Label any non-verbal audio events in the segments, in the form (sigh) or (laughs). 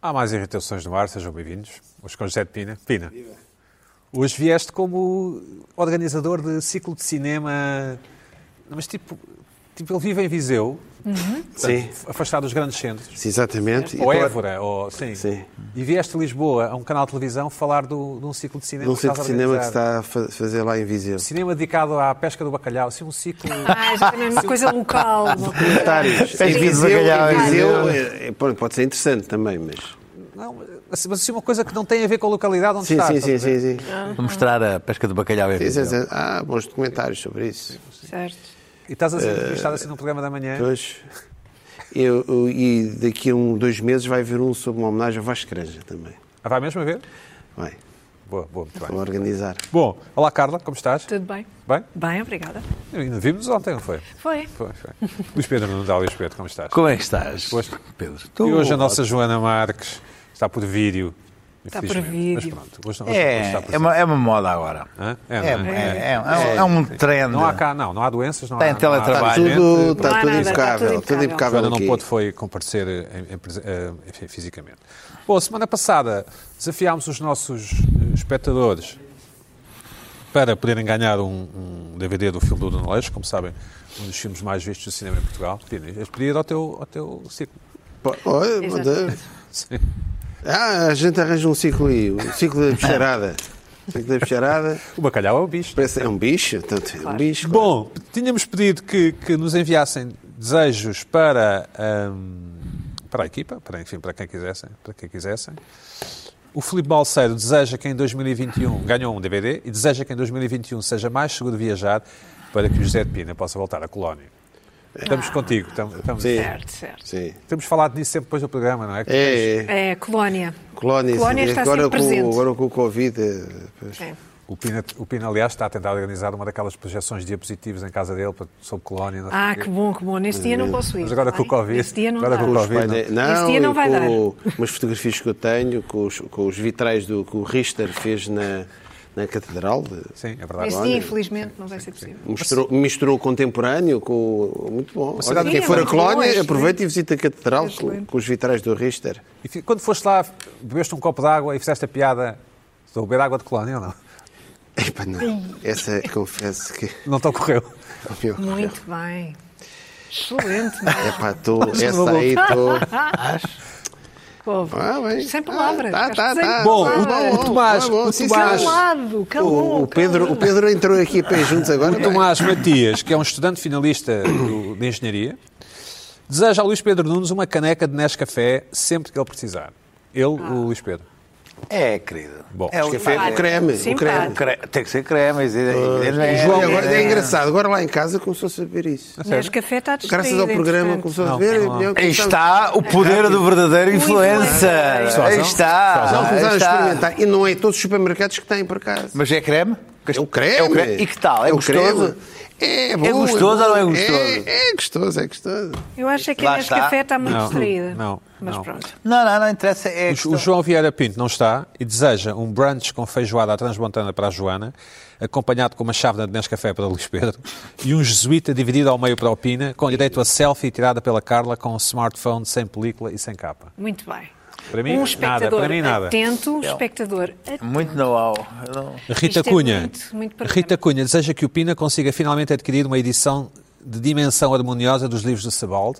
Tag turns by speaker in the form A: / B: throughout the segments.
A: Há mais irritações no ar, sejam bem-vindos. Hoje com José de Pina. Pina, hoje vieste como organizador de ciclo de cinema, mas tipo, tipo ele vive em Viseu,
B: Sim,
A: afastado dos grandes centros,
B: sim, exatamente. E
A: ou é
B: tô-
A: Évora, ou, sim.
B: Sim.
A: E vieste a Lisboa, a um canal de televisão, falar do, de um ciclo de cinema
B: Num
A: que
B: centro
A: estás a
B: de cinema que se
A: organizar.
B: está a fa- fazer lá em Viseu.
A: Cinema dedicado à pesca do bacalhau, assim, um ciclo...
C: Ah, já também é uma coisa local. uma coisa-
B: Comentários. Em
D: Sim.
B: Viseu,
D: Bacalhau,
B: em
D: em
B: Viseu
D: Viseu.
B: é- é- pô, pode ser interessante também, mas.
A: Não, assim, mas assim, uma coisa que não tem a ver com a localidade onde
B: Sim,
A: estás.
B: sim,
A: estás a
B: sim,
A: ver? Ah.
B: sim, sim.
D: Vou mostrar a pesca do bacalhau em
B: Sim, sim,
D: Viseu.
B: sim. Ah, bons documentários sobre isso.
C: Certo.
A: E estás a ser entrevistado assim num programa da manhã.
B: Eh, Pois. Eu, eu- e daqui a um, dois meses vai haver um sobre uma homenagem ao Vasco Granja também.
A: Ah, vai mesmo a ver?
B: Vai,
A: Boa, boa, muito bem.
B: vamos organizar.
A: Bom, olá Carla, como estás?
C: Tudo bem?
A: Bem?
C: Bem, obrigada.
A: Ainda vimos ontem, não foi?
C: Foi.
A: Foi, foi. Luís Pedro Nuno Dá, Luís Pedro, como estás?
D: Como é que estás,
A: Pois.
D: Pedro?
A: E
D: Estou
A: hoje a
D: ótimo.
A: nossa Joana Marques está por vídeo.
C: Está por
A: infelizmente.
C: vídeo.
A: Mas pronto, hoje, não- hoje, hoje
D: É,
A: está por
D: é, uma, é uma moda agora.
A: Hã? É,
D: É,
A: não é?
D: é- é- é um- é um trend.
A: Não há cá, não, não há doenças, não
D: Está
A: há
D: em
A: não há
B: Está
D: teletrabalho.
A: tratamento.
B: tudo, está
C: Não há
B: tudo
C: nada, está
B: impecável,
C: tudo
B: tudo
C: impecável.
B: impecável
A: Joana não
B: aqui.
A: pôde foi comparecer eh, em- em presen- eh, enfim, fisicamente. Bom, semana passada desafiámos os nossos eh, espectadores para poderem ganhar um, um DVD do filme do Dona Leix, como sabem, um dos filmes mais vistos do cinema em Portugal. Pina, és pedido ao teu, ao teu ciclo.
B: Pô, olha,
C: Exatamente.
A: (laughs) Sim.
B: Ah, a gente arranja um ciclo aí, o
A: (laughs)
B: ciclo da bicharada. O ciclo da bicharada.
A: O bacalhau é o bicho.
B: Parece, é um bicho, tanto, é um bicho.
A: Bom, tínhamos pedido que, que nos enviassem desejos para, ahm, para a equipa, para, enfim, para quem quisessem. Para quem quisessem. O Filipe Balseiro deseja que em 2021 ganhou um DVD e deseja que em 2021 seja mais seguro viajar para que o José de Pina possa voltar à colónia. Estamos contigo, estamos, estamos,
B: Sim.
C: Certo, certo.
B: Sim.
A: temos falado nisso sempre depois do programa, não é? Que
B: É, é.
C: É, colónia.
B: Colónia,
C: Colónia
B: sim.
C: está
B: agora,
C: sempre
B: com,
C: presente.
B: agora com o Covid. eh, pois.
C: É.
A: O Pina, o Pina, aliás, está a tentar organizar uma daquelas projeções de diapositivas em casa dele para- sobre colónia. não sei o
C: Ah,
A: quê.
C: que bom, que bom. Nesse dia não posso ir.
A: Mas agora
C: tá
A: com o
C: bem?
A: Covid,
C: Nesse dia não
A: agora
C: dá.
A: com o Covid.
B: Vai dar- não,
C: Esse dia não
B: e
C: vai
B: com umas fotografias que eu tenho, com os, com os vitrais do, que o Richter fez na, na Catedral. de-
A: Sim, é verdade.
C: Nesse
A: Olha,
C: dia, infelizmente, não vai ser possível.
B: Misturou, misturou o contemporâneo com. o- Muito bom.
A: Mas
B: Olha,
A: será
B: quem
C: que-
B: for a
C: Sim, é muito
B: Colónia,
C: bom,
B: aproveita e visita a Catedral com,
C: Excelente.
B: com os vitrais do Richter.
A: E fi- quando foste lá, bebeste um copo de água e fizeste a piada estou a beber água de colónia ou não?
B: Epá, não. Essa, confesso que. (laughs) oh,
A: Não te ocorreu.
B: Meu,
C: Muito bem. Excelente, não é?
B: epá, tô, essa aí estou. (laughs)
C: Povo.
B: Ah, bem.
C: Sem palavras.
B: Ah, tá, tá,
C: Sem
B: tá.
A: Bom, o-
C: palavras.
A: o Tomás,
B: tá bom,
A: o
B: sim,
A: Tomás.
B: senhor.
C: Calado, calou,
B: O, o Pedro, o Pedro entrou aqui para ir juntos agora.
A: O (laughs) Tomás Matias, que é um estudante finalista do- de Engenharia, deseja ao Luís Pedro Nunes uma caneca de Nescafé sempre que ele precisar. Ele, o Luís Pedro.
D: É, querido.
A: Bom,
D: é, o-
B: Café com
C: Simpático.
B: creme, o creme.
D: o
C: Simpático.
D: cre- Tem que ser creme. é- é-
C: tá.
D: é- é-
B: João,
D: é-
B: agora,
D: é-
B: é engraçado, agora lá em casa começou a saber isso.
C: Mas café está tá distraído.
B: Graças ao programa
C: entretanto.
B: começou
A: Não,
B: a saber.
A: não.
B: e eu-
D: Aí está o poder do verdadeiro influencer.
C: influencer.
D: Aí
B: Não,
D: está.
B: começaram
D: Aí
B: a
D: está.
B: experimentar. E não é todos os supermercados que têm por acaso.
D: Mas é creme?
B: É o creme.
D: É o creme. E que tal? É
B: o
D: gostoso?
B: creme. É, bom,
D: gostoso
B: bom.
D: ou não é gostoso?
B: É, é gostoso, é gostoso.
C: Eu acho é que
D: Lá
C: neste
D: está.
C: café está muito
A: Não,
C: distraída.
A: não,
C: Mas
A: não.
C: pronto.
D: Não, não, não interessa. É
A: O, o João Vieira Pinto não está e deseja um brunch com feijoada à transmontana para a Joana, acompanhado com uma chávena de Nescafé para o Luís Pedro e um jesuíta dividido ao meio para o Pina, com direito a selfie tirada pela Carla com um smartphone sem película e sem capa.
C: Muito bem.
A: Para mim,
C: um
A: nada.
C: espectador
A: Para mim, nada.
B: É.
C: atento, um espectador atento.
D: Muito know-how. Eu não-
A: Rita
C: Isto é
A: Cunha.
C: muito, muito programa.
A: Rita Cunha deseja que o Pina consiga finalmente adquirir uma edição de dimensão harmoniosa dos livros de Sebald.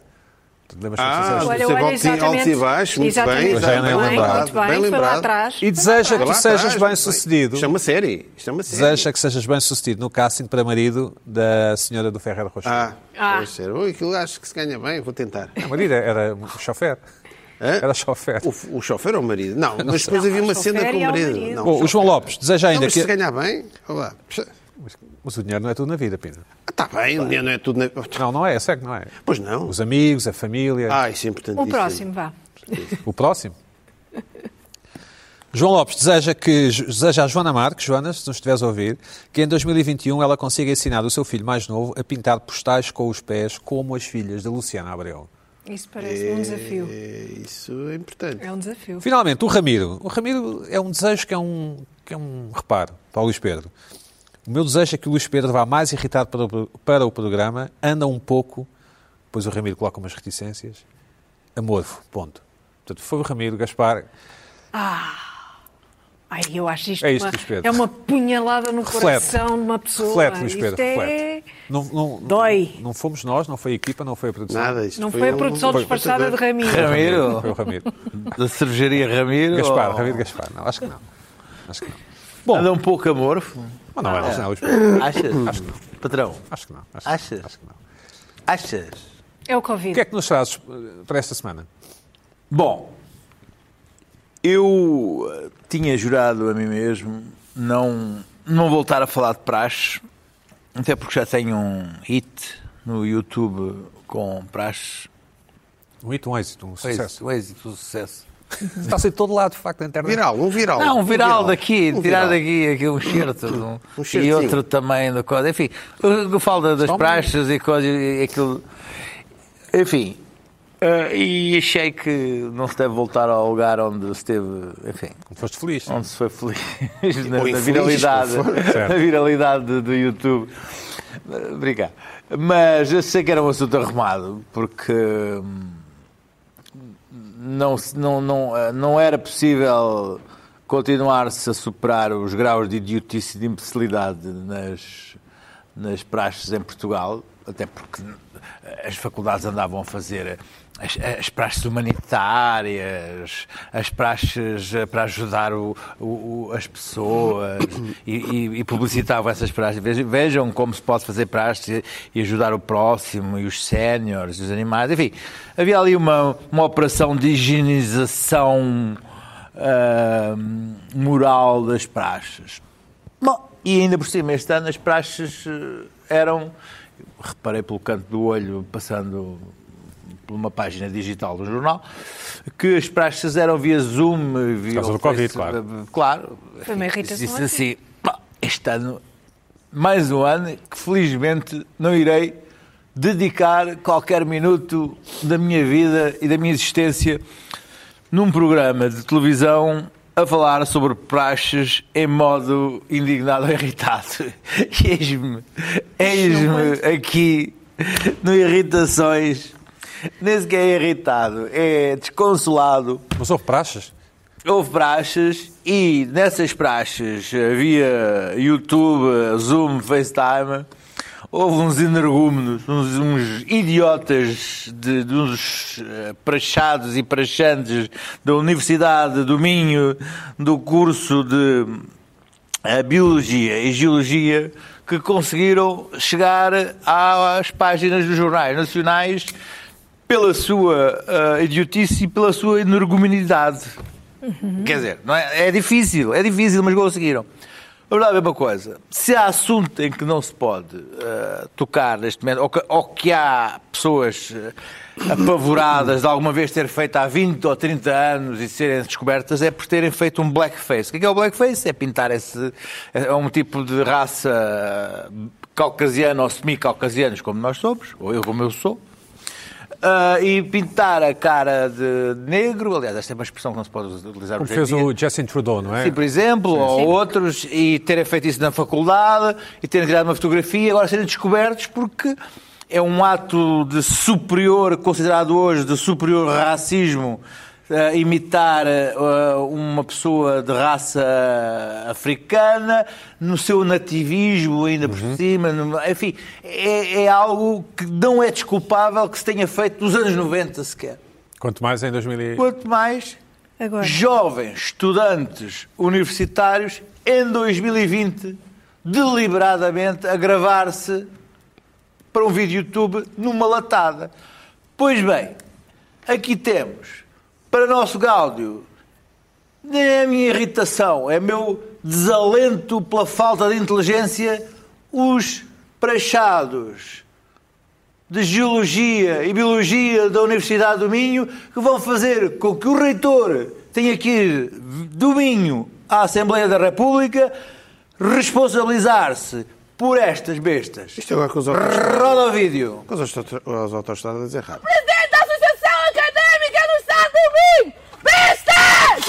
A: Te lembras
B: Ah,
A: que nós fizemos?
C: Olha,
B: Você
C: olha,
B: altos e-
C: exatamente.
B: altos e baixos, muito
C: Exatamente,
B: bem.
A: Já nem
C: muito bem,
A: lembrado.
C: muito bem,
B: Bem
C: foi lá
B: lembrado.
C: atrás.
A: E deseja que
B: Lá
A: tu sejas
B: atrás,
A: bem-sucedido.
B: Isto é uma série. Isto é uma série.
A: Deseja que sejas bem-sucedido no casting para marido da senhora do Ferreira Rocha.
B: Ah,
C: Ah.
B: deve ser. Ui, aquilo acho que se ganha bem, vou tentar.
A: O marido era um chofer.
B: Hã?
A: Era chofer.
B: O, f- o chofer ou o marido? Não, mas depois havia uma
C: o
B: cena
C: chofer
B: com o
C: é o
B: marido.
C: marido.
B: Não,
A: Bom, o João Lopes deseja
B: Não,
A: ainda
B: mas se
A: que...
B: ganhar bem, olha lá.
A: Mas o dinheiro não é tudo na vida, Pina.
B: Está bem, o dinheiro não é tudo na...
A: Não, não é, sério que não é.
B: Pois não.
A: Os amigos, a família.
B: Ah, isso é importantíssimo.
C: O próximo, vá.
A: O próximo. João Lopes deseja, que, deseja à Joana Marques, Joana, se nos estiveres a ouvir, que em 2021 ela consiga ensinar o seu filho mais novo a pintar postais com os pés, como as filhas da Luciana Abreu.
C: Isso parece um desafio.
B: É, Isso é importante.
C: É um desafio.
A: Finalmente, o Ramiro. O Ramiro é um desejo que é um, que é um reparo para o Luís Pedro. O meu desejo é que o Luís Pedro vá mais irritado para o, pro- para o programa, anda um pouco, pois o Ramiro coloca umas reticências, amorfo, ponto. Portanto, foi o Ramiro Gaspar.
C: Ai, eu acho isto,
A: É isto,
C: uma,
A: Luís Pedro.
C: é uma punhalada no
A: Reflete.
C: coração de uma pessoa.
A: Reflete, Luís
C: Isto
A: Pedro,
C: é-
A: reflete. Não, não,
C: Dói.
A: Não fomos nós, não foi a equipa, não foi a produção.
B: Nada, isto
C: Não foi a
B: um-
C: produção
B: foi-
C: disfarçada de Ramiro.
D: Ramiro?
A: Foi o Ramiro. Oh.
D: Da cervejaria Ramiro?
A: Gaspar,
D: ou-
A: Ramiro Gaspar. Não, acho que não. Acho que não.
D: Anda um pouco amorfo?
A: Mas não é, não, Luís Pedro.
D: Achas? Patrão,
A: Acho que não. Acho,
D: Achas?
A: acho que não.
D: achas?
C: É o
A: O que
C: Covid.
A: é que nos trazes eh, para esta semana?
D: Bom, eu eh, tinha jurado a mim mesmo não, não voltar a falar de praxe, até porque já tenho um hit no YouTube com praxe.
A: Um hito, um êxito, um sucesso.
D: O êxito, o sucesso.
A: Está a ser de todo lado, de facto, na internet.
B: Viral, um viral.
D: Não, um viral daqui,
B: Um viral.
D: tirar daqui aqui um certo de um-
B: Um
D: e
B: certinho.
D: outro também do código. Enfim, eu, eu falo da- das
A: Toma.
D: praxes e coisas e aquilo. Enfim, eh, e achei que não se deve voltar ao lugar onde se teve, enfim,
A: Foste feliz.
D: onde se foi feliz (laughs) na,
B: Ou
D: na
B: infeliz,
D: viralidade,
B: como for.
A: Certo.
D: na viralidade do YouTube. Obrigado. Mas eu sei que era um assunto arrumado, porque hum, não, se- não, não, eh, não era possível continuar-se a superar os graus de idiotice e de imbecilidade nas, nas praxes em Portugal, até porque eh, as faculdades andavam a fazer eh, as, as praxes humanitárias, as praxes eh, para ajudar o- o- o- as pessoas e, e- e publicitavam essas praxes. Vejam- Vejam como se pode fazer praxes e- e ajudar o próximo, e os séniores, e os animais, enfim. Havia ali uma, uma operação de higienização ah, moral das praxes. Bom, e ainda por cima, este ano as praxes eh, eram, reparei pelo canto do olho, passando por uma página digital do jornal, que as praxas eram via Zoom, via
A: causa do Covid,
D: Facebook,
A: claro.
D: Claro.
C: Foi uma
D: Enfim,
C: irritação
D: Disse assim, "Pá, este ano, mais um ano, que felizmente não irei dedicar qualquer minuto da minha vida e da minha existência num programa de televisão a falar sobre praxes em modo indignado ou irritado. (laughs) Eis-me, eis-me aqui no Irritações, nem sequer é irritado, é desconsolado.
A: Mas houve praxas?
D: Houve praxes e nessas praxes havia YouTube, Zoom, FaceTime. Houve uns energúmenos, uns, uns idiotas de, de uns eh, praxados e praxantes da Universidade do Minho, do curso de a biologia e geologia que conseguiram chegar às páginas dos jornais nacionais pela sua ah, idiotice e pela sua energumenidade. Quer dizer, não é, é difícil, é difícil, mas conseguiram. Vamos lá ver uma coisa. Se há assunto em que não se pode ah, tocar neste momento, ou que, ou que há pessoas ah, apavoradas de alguma vez ter feito há 20 ou 30 anos e serem descobertas, é por terem feito um blackface. O que é, que é o blackface? É pintar esse. É um tipo de raça eh, caucasiana ou semi-caucasianos, como nós somos, ou eu como eu sou. ah, e pintar a cara de negro, aliás, esta é uma expressão que não se pode utilizar
A: Como
D: hoje em
A: fez
D: dia.
A: o Justin Trudeau, não é?
D: Sim, por exemplo, ou outros, e terem feito isso na faculdade, e terem tirado uma fotografia, e agora serem descobertos porque é um ato de superior, considerado hoje de superior racismo, eh, imitar eh, uma pessoa de raça eh, africana no seu nativismo, ainda por
A: Uhum.
D: cima, no- enfim, é, é algo que não é desculpável que se tenha feito nos anos 90 sequer.
A: Quanto mais em 2000 e...
D: Quanto mais
C: Agora,
D: jovens estudantes universitários em 2020 deliberadamente a gravar-se para um vídeo YouTube numa latada. Pois bem, aqui temos, para nosso gáudio, nem é a minha irritação, é meu desalento pela falta de inteligência, os prachados de Geologia e Biologia da Universidade do Minho que vão fazer com que o reitor tenha que ir do Minho à Assembleia da República responsabilizar-se por estas bestas.
B: Isto é agora com os autostradas.
D: Roda o vídeo.
B: Com as auto- as autostradas é rápido.
E: presidente da Associação Acadêmica do Estado do Minho! Bestas!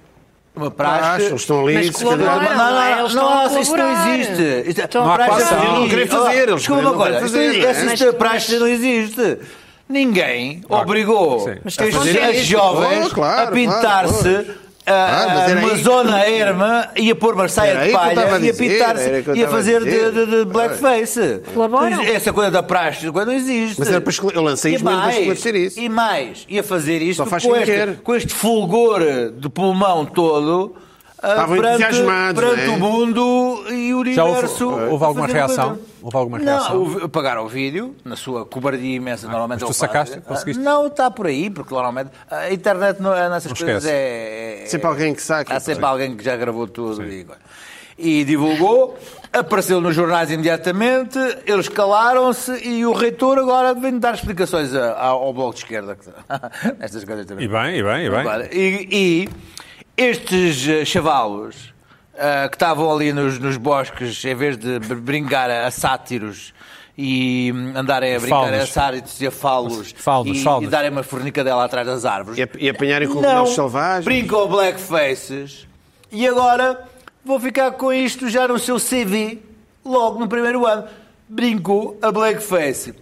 D: uma
A: Ah,
B: Praxe, eles
D: praxe...
B: estão ali.
C: Mas
B: se calhar-
C: colaboram.
D: Não,
C: Eles
D: não, não,
C: estão
D: não,
C: a
D: isso não
C: colaborar.
D: existe. Isto, é,
C: Estão
A: Não há
C: a
A: praxe,
C: praxe.
A: não
B: querem fazer, eles
D: Desculpa
B: não
D: uma coisa,
B: querem
D: isto-
B: fazer, não é?
D: essa
C: Mas-
D: praxe não existe. Ninguém obrigou
A: sim.
C: Mas
D: as,
C: tu fazes
D: as
C: isso.
D: jovens
B: Oh, claro,
D: a pintar-se
B: claro,
D: ah,
B: Ah, mas era
D: numa
B: aí-
D: zona erma e a pôr uma
B: Era
D: saia
B: aí
D: de
B: que eu estava
D: palha
B: a
D: e a
B: dizer, era
D: pintar-se
B: que eu
D: e a
B: estava a
D: fazer de,
B: dizer.
D: de- de blackface.
C: Colaboram.
D: Essa coisa da praxe essa coisa não existe.
B: Mas era para esclare- eu lancei
D: E
B: isto mesmo para
D: mais,
B: esclarecer isso.
D: E mais, e a fazer isto
B: Só faz
D: com,
B: quem
D: este,
B: quer.
D: com este fulgor de pulmão todo ah,
B: Estavam entusiasmados,
D: perante
B: não é?
D: o mundo e o
A: Já houve-
D: universo.
A: houve
D: a fazer
A: alguma
D: uma
A: reação?
D: coisa.
A: Houve alguma
D: não,
A: reação? Ah,
D: houve- pagaram o vídeo, na sua cobardia imensa, normalmente
A: mas tu
D: eu faço.
A: sacaste? Conseguiste?
D: Ah, Não, está por aí, porque normalmente a internet não, é- nessas
A: Não
D: coisas
A: esquece.
D: é... é-
B: Sempre alguém que saca.
D: Há sempre alguém que já gravou tudo. E, e divulgou, apareceu nos jornais imediatamente, eles calaram-se e o reitor agora vem dar explicações a- a- ao Bloco de Esquerda. (laughs) Nestas coisas também.
A: E bem, e bem, e bem.
D: Claro. E, e estes eh, chavalos ah, que estavam ali nos, nos bosques, em vez de br- brincar a, a sátiros e hum, andarem a brincar
A: Faunos.
D: a sátiros e a falos
A: Faunos,
D: e,
A: faunos.
D: e darem uma fornicadela atrás das árvores.
B: E é ap- e apanharem
D: Não,
B: cogumelos selvagens.
D: Brincam blackfaces e agora vou ficar com isto já no seu CV, logo no primeiro ano. Brincou a blackface.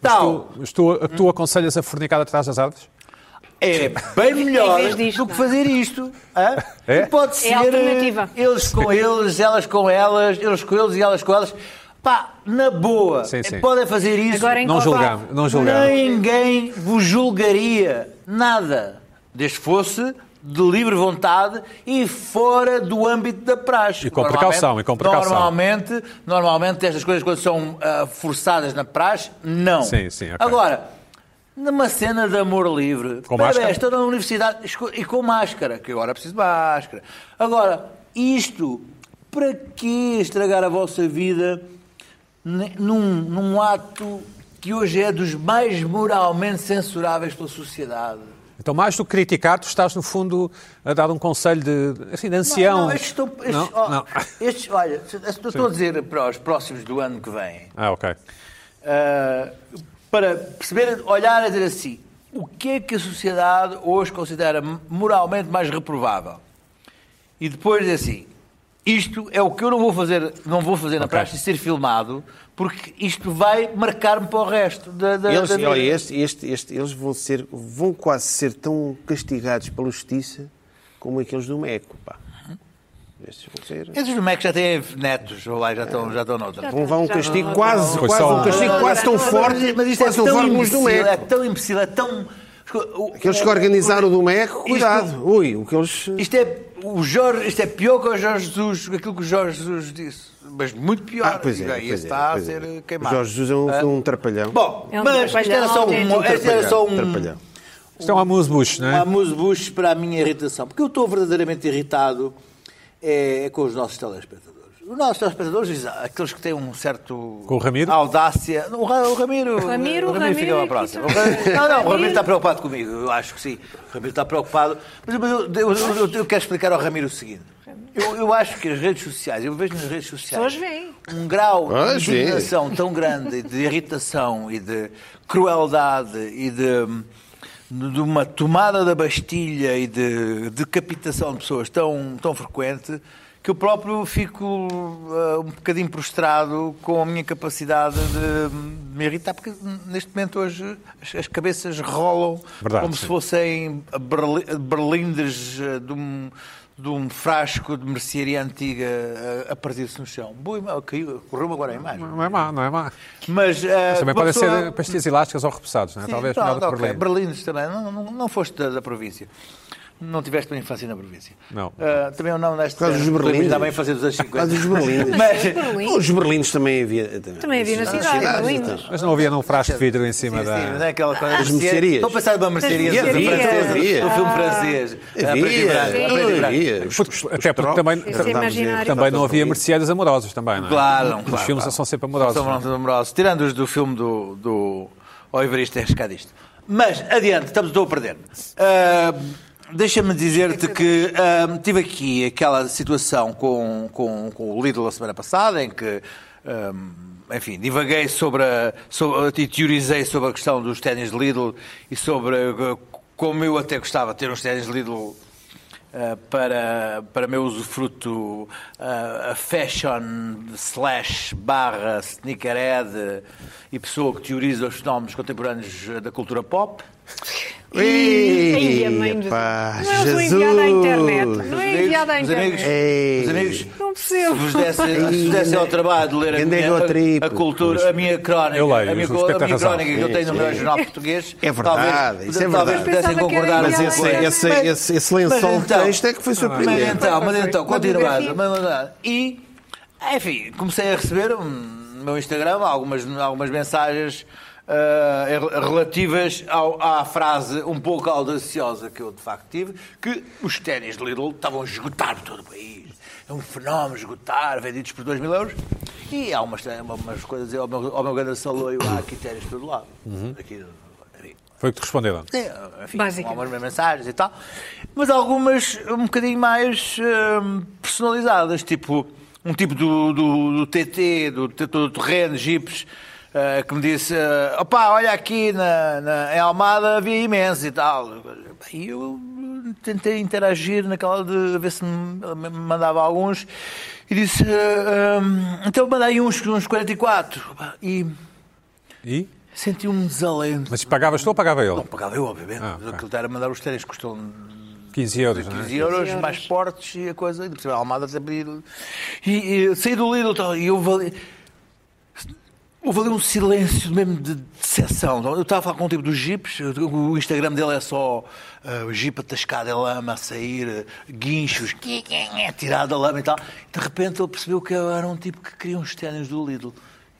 D: Tal.
A: Tu, mas tu, tu aconselhas a fornicada atrás das árvores?
D: É bem melhor
C: Em vez disto,
D: do que
C: não.
D: fazer isto. hã?
A: É?
D: E Pode ser eh,
C: É alternativa.
D: eles com eles, elas com elas, eles com eles e elas com elas. Pá, na boa,
A: Sim, sim.
D: podem fazer isso.
C: Agora em
A: Não
C: Cova-
A: julgamos, não julgamos.
D: Ninguém vos julgaria nada, desde que fosse de livre vontade e fora do âmbito da praxe.
A: E com
D: Normalmente-
A: precaução, e com precaução.
D: Normalmente, normalmente estas coisas quando são ah, forçadas na praxe, não.
A: Sim, sim, ok.
D: Agora, numa cena de amor livre,
A: Com
D: parabéns,
A: máscara?
D: estou na universidade esco- e com máscara, que agora preciso de máscara. Agora, isto, para que estragar a vossa vida ne- num, num ato que hoje é dos mais moralmente censuráveis pela sociedade?
A: Então, mais do que criticar, tu estás, no fundo, a dar um conselho de, assim, de ancião.
D: Não, não, estes estão- estes-
A: Não?
D: ó,
A: Não.
D: estes, olha, estou estou a dizer para os próximos do ano que vem,
A: Ah, ok.
D: Uh, para perceber, olhar e dizer assim: o que é que a sociedade hoje considera moralmente mais reprovável? E depois dizer assim: isto é o que eu não vou fazer, não vou fazer na
A: Ok.
D: praxe e ser filmado, porque isto vai marcar-me para o resto da, da,
B: Eles,
D: da vida.
B: olha, este, este, este, eles vão, ser, vão quase ser tão castigados pela justiça como aqueles do MECO. Pá. Estes vão ser.
D: Esses moleques já têm netos, ou lá já estão, já estão noutra.
B: Vão levar um
C: Já
B: castigo
C: não-
B: quase,
A: Foi
B: quase,
A: só
B: um
A: um-
B: castigo quase tão forte,
D: mas isto é
B: quase tão
D: tão
B: forte como os do
D: imbecil, é
B: MECO.
D: tão imbecil, é tão. o-
B: Aqueles que
D: o-
B: organizaram o do MECO,
D: Isto-
B: cuidado. Ui, o que eles.
D: Isto é, o Jorge, isto é pior que o Jorge Jesus, aquilo que o Jorge Jesus disse. Mas muito pior.
B: Ah, pois é.
D: E
B: Pois é,
D: aí está
B: pois
D: a ser
B: é.
D: queimado. Ah.
B: Jorge Jesus é um, um trapalhão.
D: Bom,
C: É um
D: mas isto era só
C: trapalhão
D: um.
C: autêntico.
D: Isto era só um.
B: Trapalhão.
A: Isto é um amuse-bush, não
D: Um
A: é?
D: amuse-bucho para a minha irritação. Porque eu estou verdadeiramente irritado é, é com os nossos telespectadores. Os nossos telespectadores, exa- aqueles que têm um certo...
A: Com o Ramiro?
D: Audácia. Não, O, Ra- o Ramiro...
C: Ramiro,
D: o Ramiro
C: Ramiro
D: fica para
C: é
D: a próxima.
C: que isso-
D: Não, não, o Ramiro
C: Ramiro.
D: está preocupado comigo. Eu acho que sim. O Ramiro está preocupado. Mas, mas eu, eu- eu- eu quero explicar ao Ramiro o seguinte. Eu, eu acho que as redes sociais, eu vejo nas redes sociais...
C: Pessoas veem.
D: Um grau
B: Pois
D: de
B: vê.
D: indignação irritação tão grande, de irritação e de crueldade e de, de uma tomada da Bastilha e de decapitação de pessoas tão, tão frequente que eu próprio fico ah, um bocadinho prostrado com a minha capacidade de, de me irritar, porque neste momento hoje as, as cabeças rolam
A: Verdade,
D: como se
A: sim.
D: fossem berli- berlindes ah, de um, de um frasco de mercearia antiga ah, a partir-se no chão. Boa ima- caiu- Correu-me agora a imagem.
A: Não é má, não é má.
D: Mas eh,
A: Também podem ser pastilhas elásticas ou repousados, não é? Talvez
D: tá,
A: melhor do que Berlim.
D: Berlinos é, também. Não, não, não foste da, da província. Não tiveste uma infância na província.
A: Não.
D: Ah, também não neste.
B: Por causa dos berlindes.
D: Também infância dos anos 50.
B: Quase os berlindes.
D: um (laughs) Mas-
B: Os berlindes também havia.
C: Também havia na
B: nas
C: cidade, é?
B: cidades,
C: berlindes.
B: então.
A: Mas não havia num frasco de vidro em
D: Sim,
A: cima
D: sim, mas
A: da.
D: é aquela coisa.
B: As mercearias.
D: Estou a pensar numa mercearia
B: As mercearias.
D: francesa,
B: Havia.
D: do filme francês. Ah, preto e branco,
B: Havia,
D: ah, preto e branco.
B: havia. Os-
A: Porque-
B: os- os
A: Até porque
B: trocos.
A: também,
C: Isso é imaginário.
A: também não havia merceadas amorosas, também, não é?
D: Claro,
A: Os
D: claro.
A: filmes
D: claro.
A: são sempre amorosos.
D: São
A: não é?
D: sempre amorosos. Tirando os do filme do, do Oiveristo Escadista. Mas, adiante, estamos, estou a perder. Ah, Deixa-me dizer-te que ah, tive aqui aquela situação com, com, com o Lidl a semana passada, em que ah, hum, enfim, divaguei sobre a, sobre, e teorizei sobre a questão dos ténis de Lidl e sobre eh, como eu até gostava de ter uns ténis de Lidl eh, para, para meu usufruto eh, a fashion slash barra sneakerhead e pessoa que teoriza os fenómenos contemporâneos eh, da cultura pop.
C: é um Ei, a mãe de-
B: pá,
C: Não é o enviado à internet. Não
D: Meus
C: é
D: amigos,
C: enviado à
D: meus
C: internet.
B: Ei.
D: Meus amigos,
C: Não
D: se
C: percebo.
D: vos dessem, se vos dessem ao trabalho de ler a,
B: Ainda é
D: minha,
B: gotrip.
D: a, a cultura, a minha crónica,
A: Eu leio,
D: a minha,
A: o Suspeito
D: a
A: tem
D: minha
A: razão.
D: crónica que eu tenho no meu jornal português,
B: É verdade,
D: talvez,
B: isso é
D: talvez
B: verdade.
D: pudessem
C: Pensava que era
D: concordar assim
B: Mas
C: Não,
B: esse,
C: é.
B: esse, esse, esse lençol
D: então, Mas
B: de
D: então-
B: texto é que foi
D: mas
B: surpreendente.
D: então, mas então,
C: Uma biografia.
D: continuando. mas- mas- E, enfim, comecei a receber hum, no meu Instagram algumas, algumas mensagens ah, rel- relativas ao- à frase um pouco audaciosa que eu de facto tive, que os ténis de Lidl estavam a esgotar por todo o país. É um fenómeno esgotar, vendidos por 2 mil euros. E há umas, umas coisas, ao meu, ao meu grande saloio, há aqui ténis por todo lado.
B: Uhum.
D: Aqui, enfim,
A: Foi o que te responderam.
D: Sim, enfim,
C: Basicamente.
D: algumas mensagens e tal. Mas algumas um bocadinho mais hum, personalizadas, tipo um tipo do, do, do TT, do detetor do terreno, Gips, eh, que me disse: opá, olha aqui na, na- em Almada havia imenso e tal. E eu tentei interagir naquela de ver se me me mandava alguns e disse: "Ah, hum, então mandei uns, uns 44. E
A: E?
D: senti um desalento.
A: Mas pagavas tu ou pagava ele?
D: Não, pagava eu, obviamente.
A: Ah, ok.
D: Ah, Aquilo era mandar os ténis, custou
A: 15 euros, não é?
D: 15 euros, mais portes e a coisa. E depois a Almada sempre... E, e saí do Lidl tal, e eu vali... Houve ali um silêncio mesmo de decepção. Eu estava a falar com um tipo dos jipes, o Instagram dele é só uh, jipe atascado em lama, a sair, ah, guinchos, tirado da lama e tal. De repente ele percebeu que eu era um tipo que queria uns ténis do Lidl.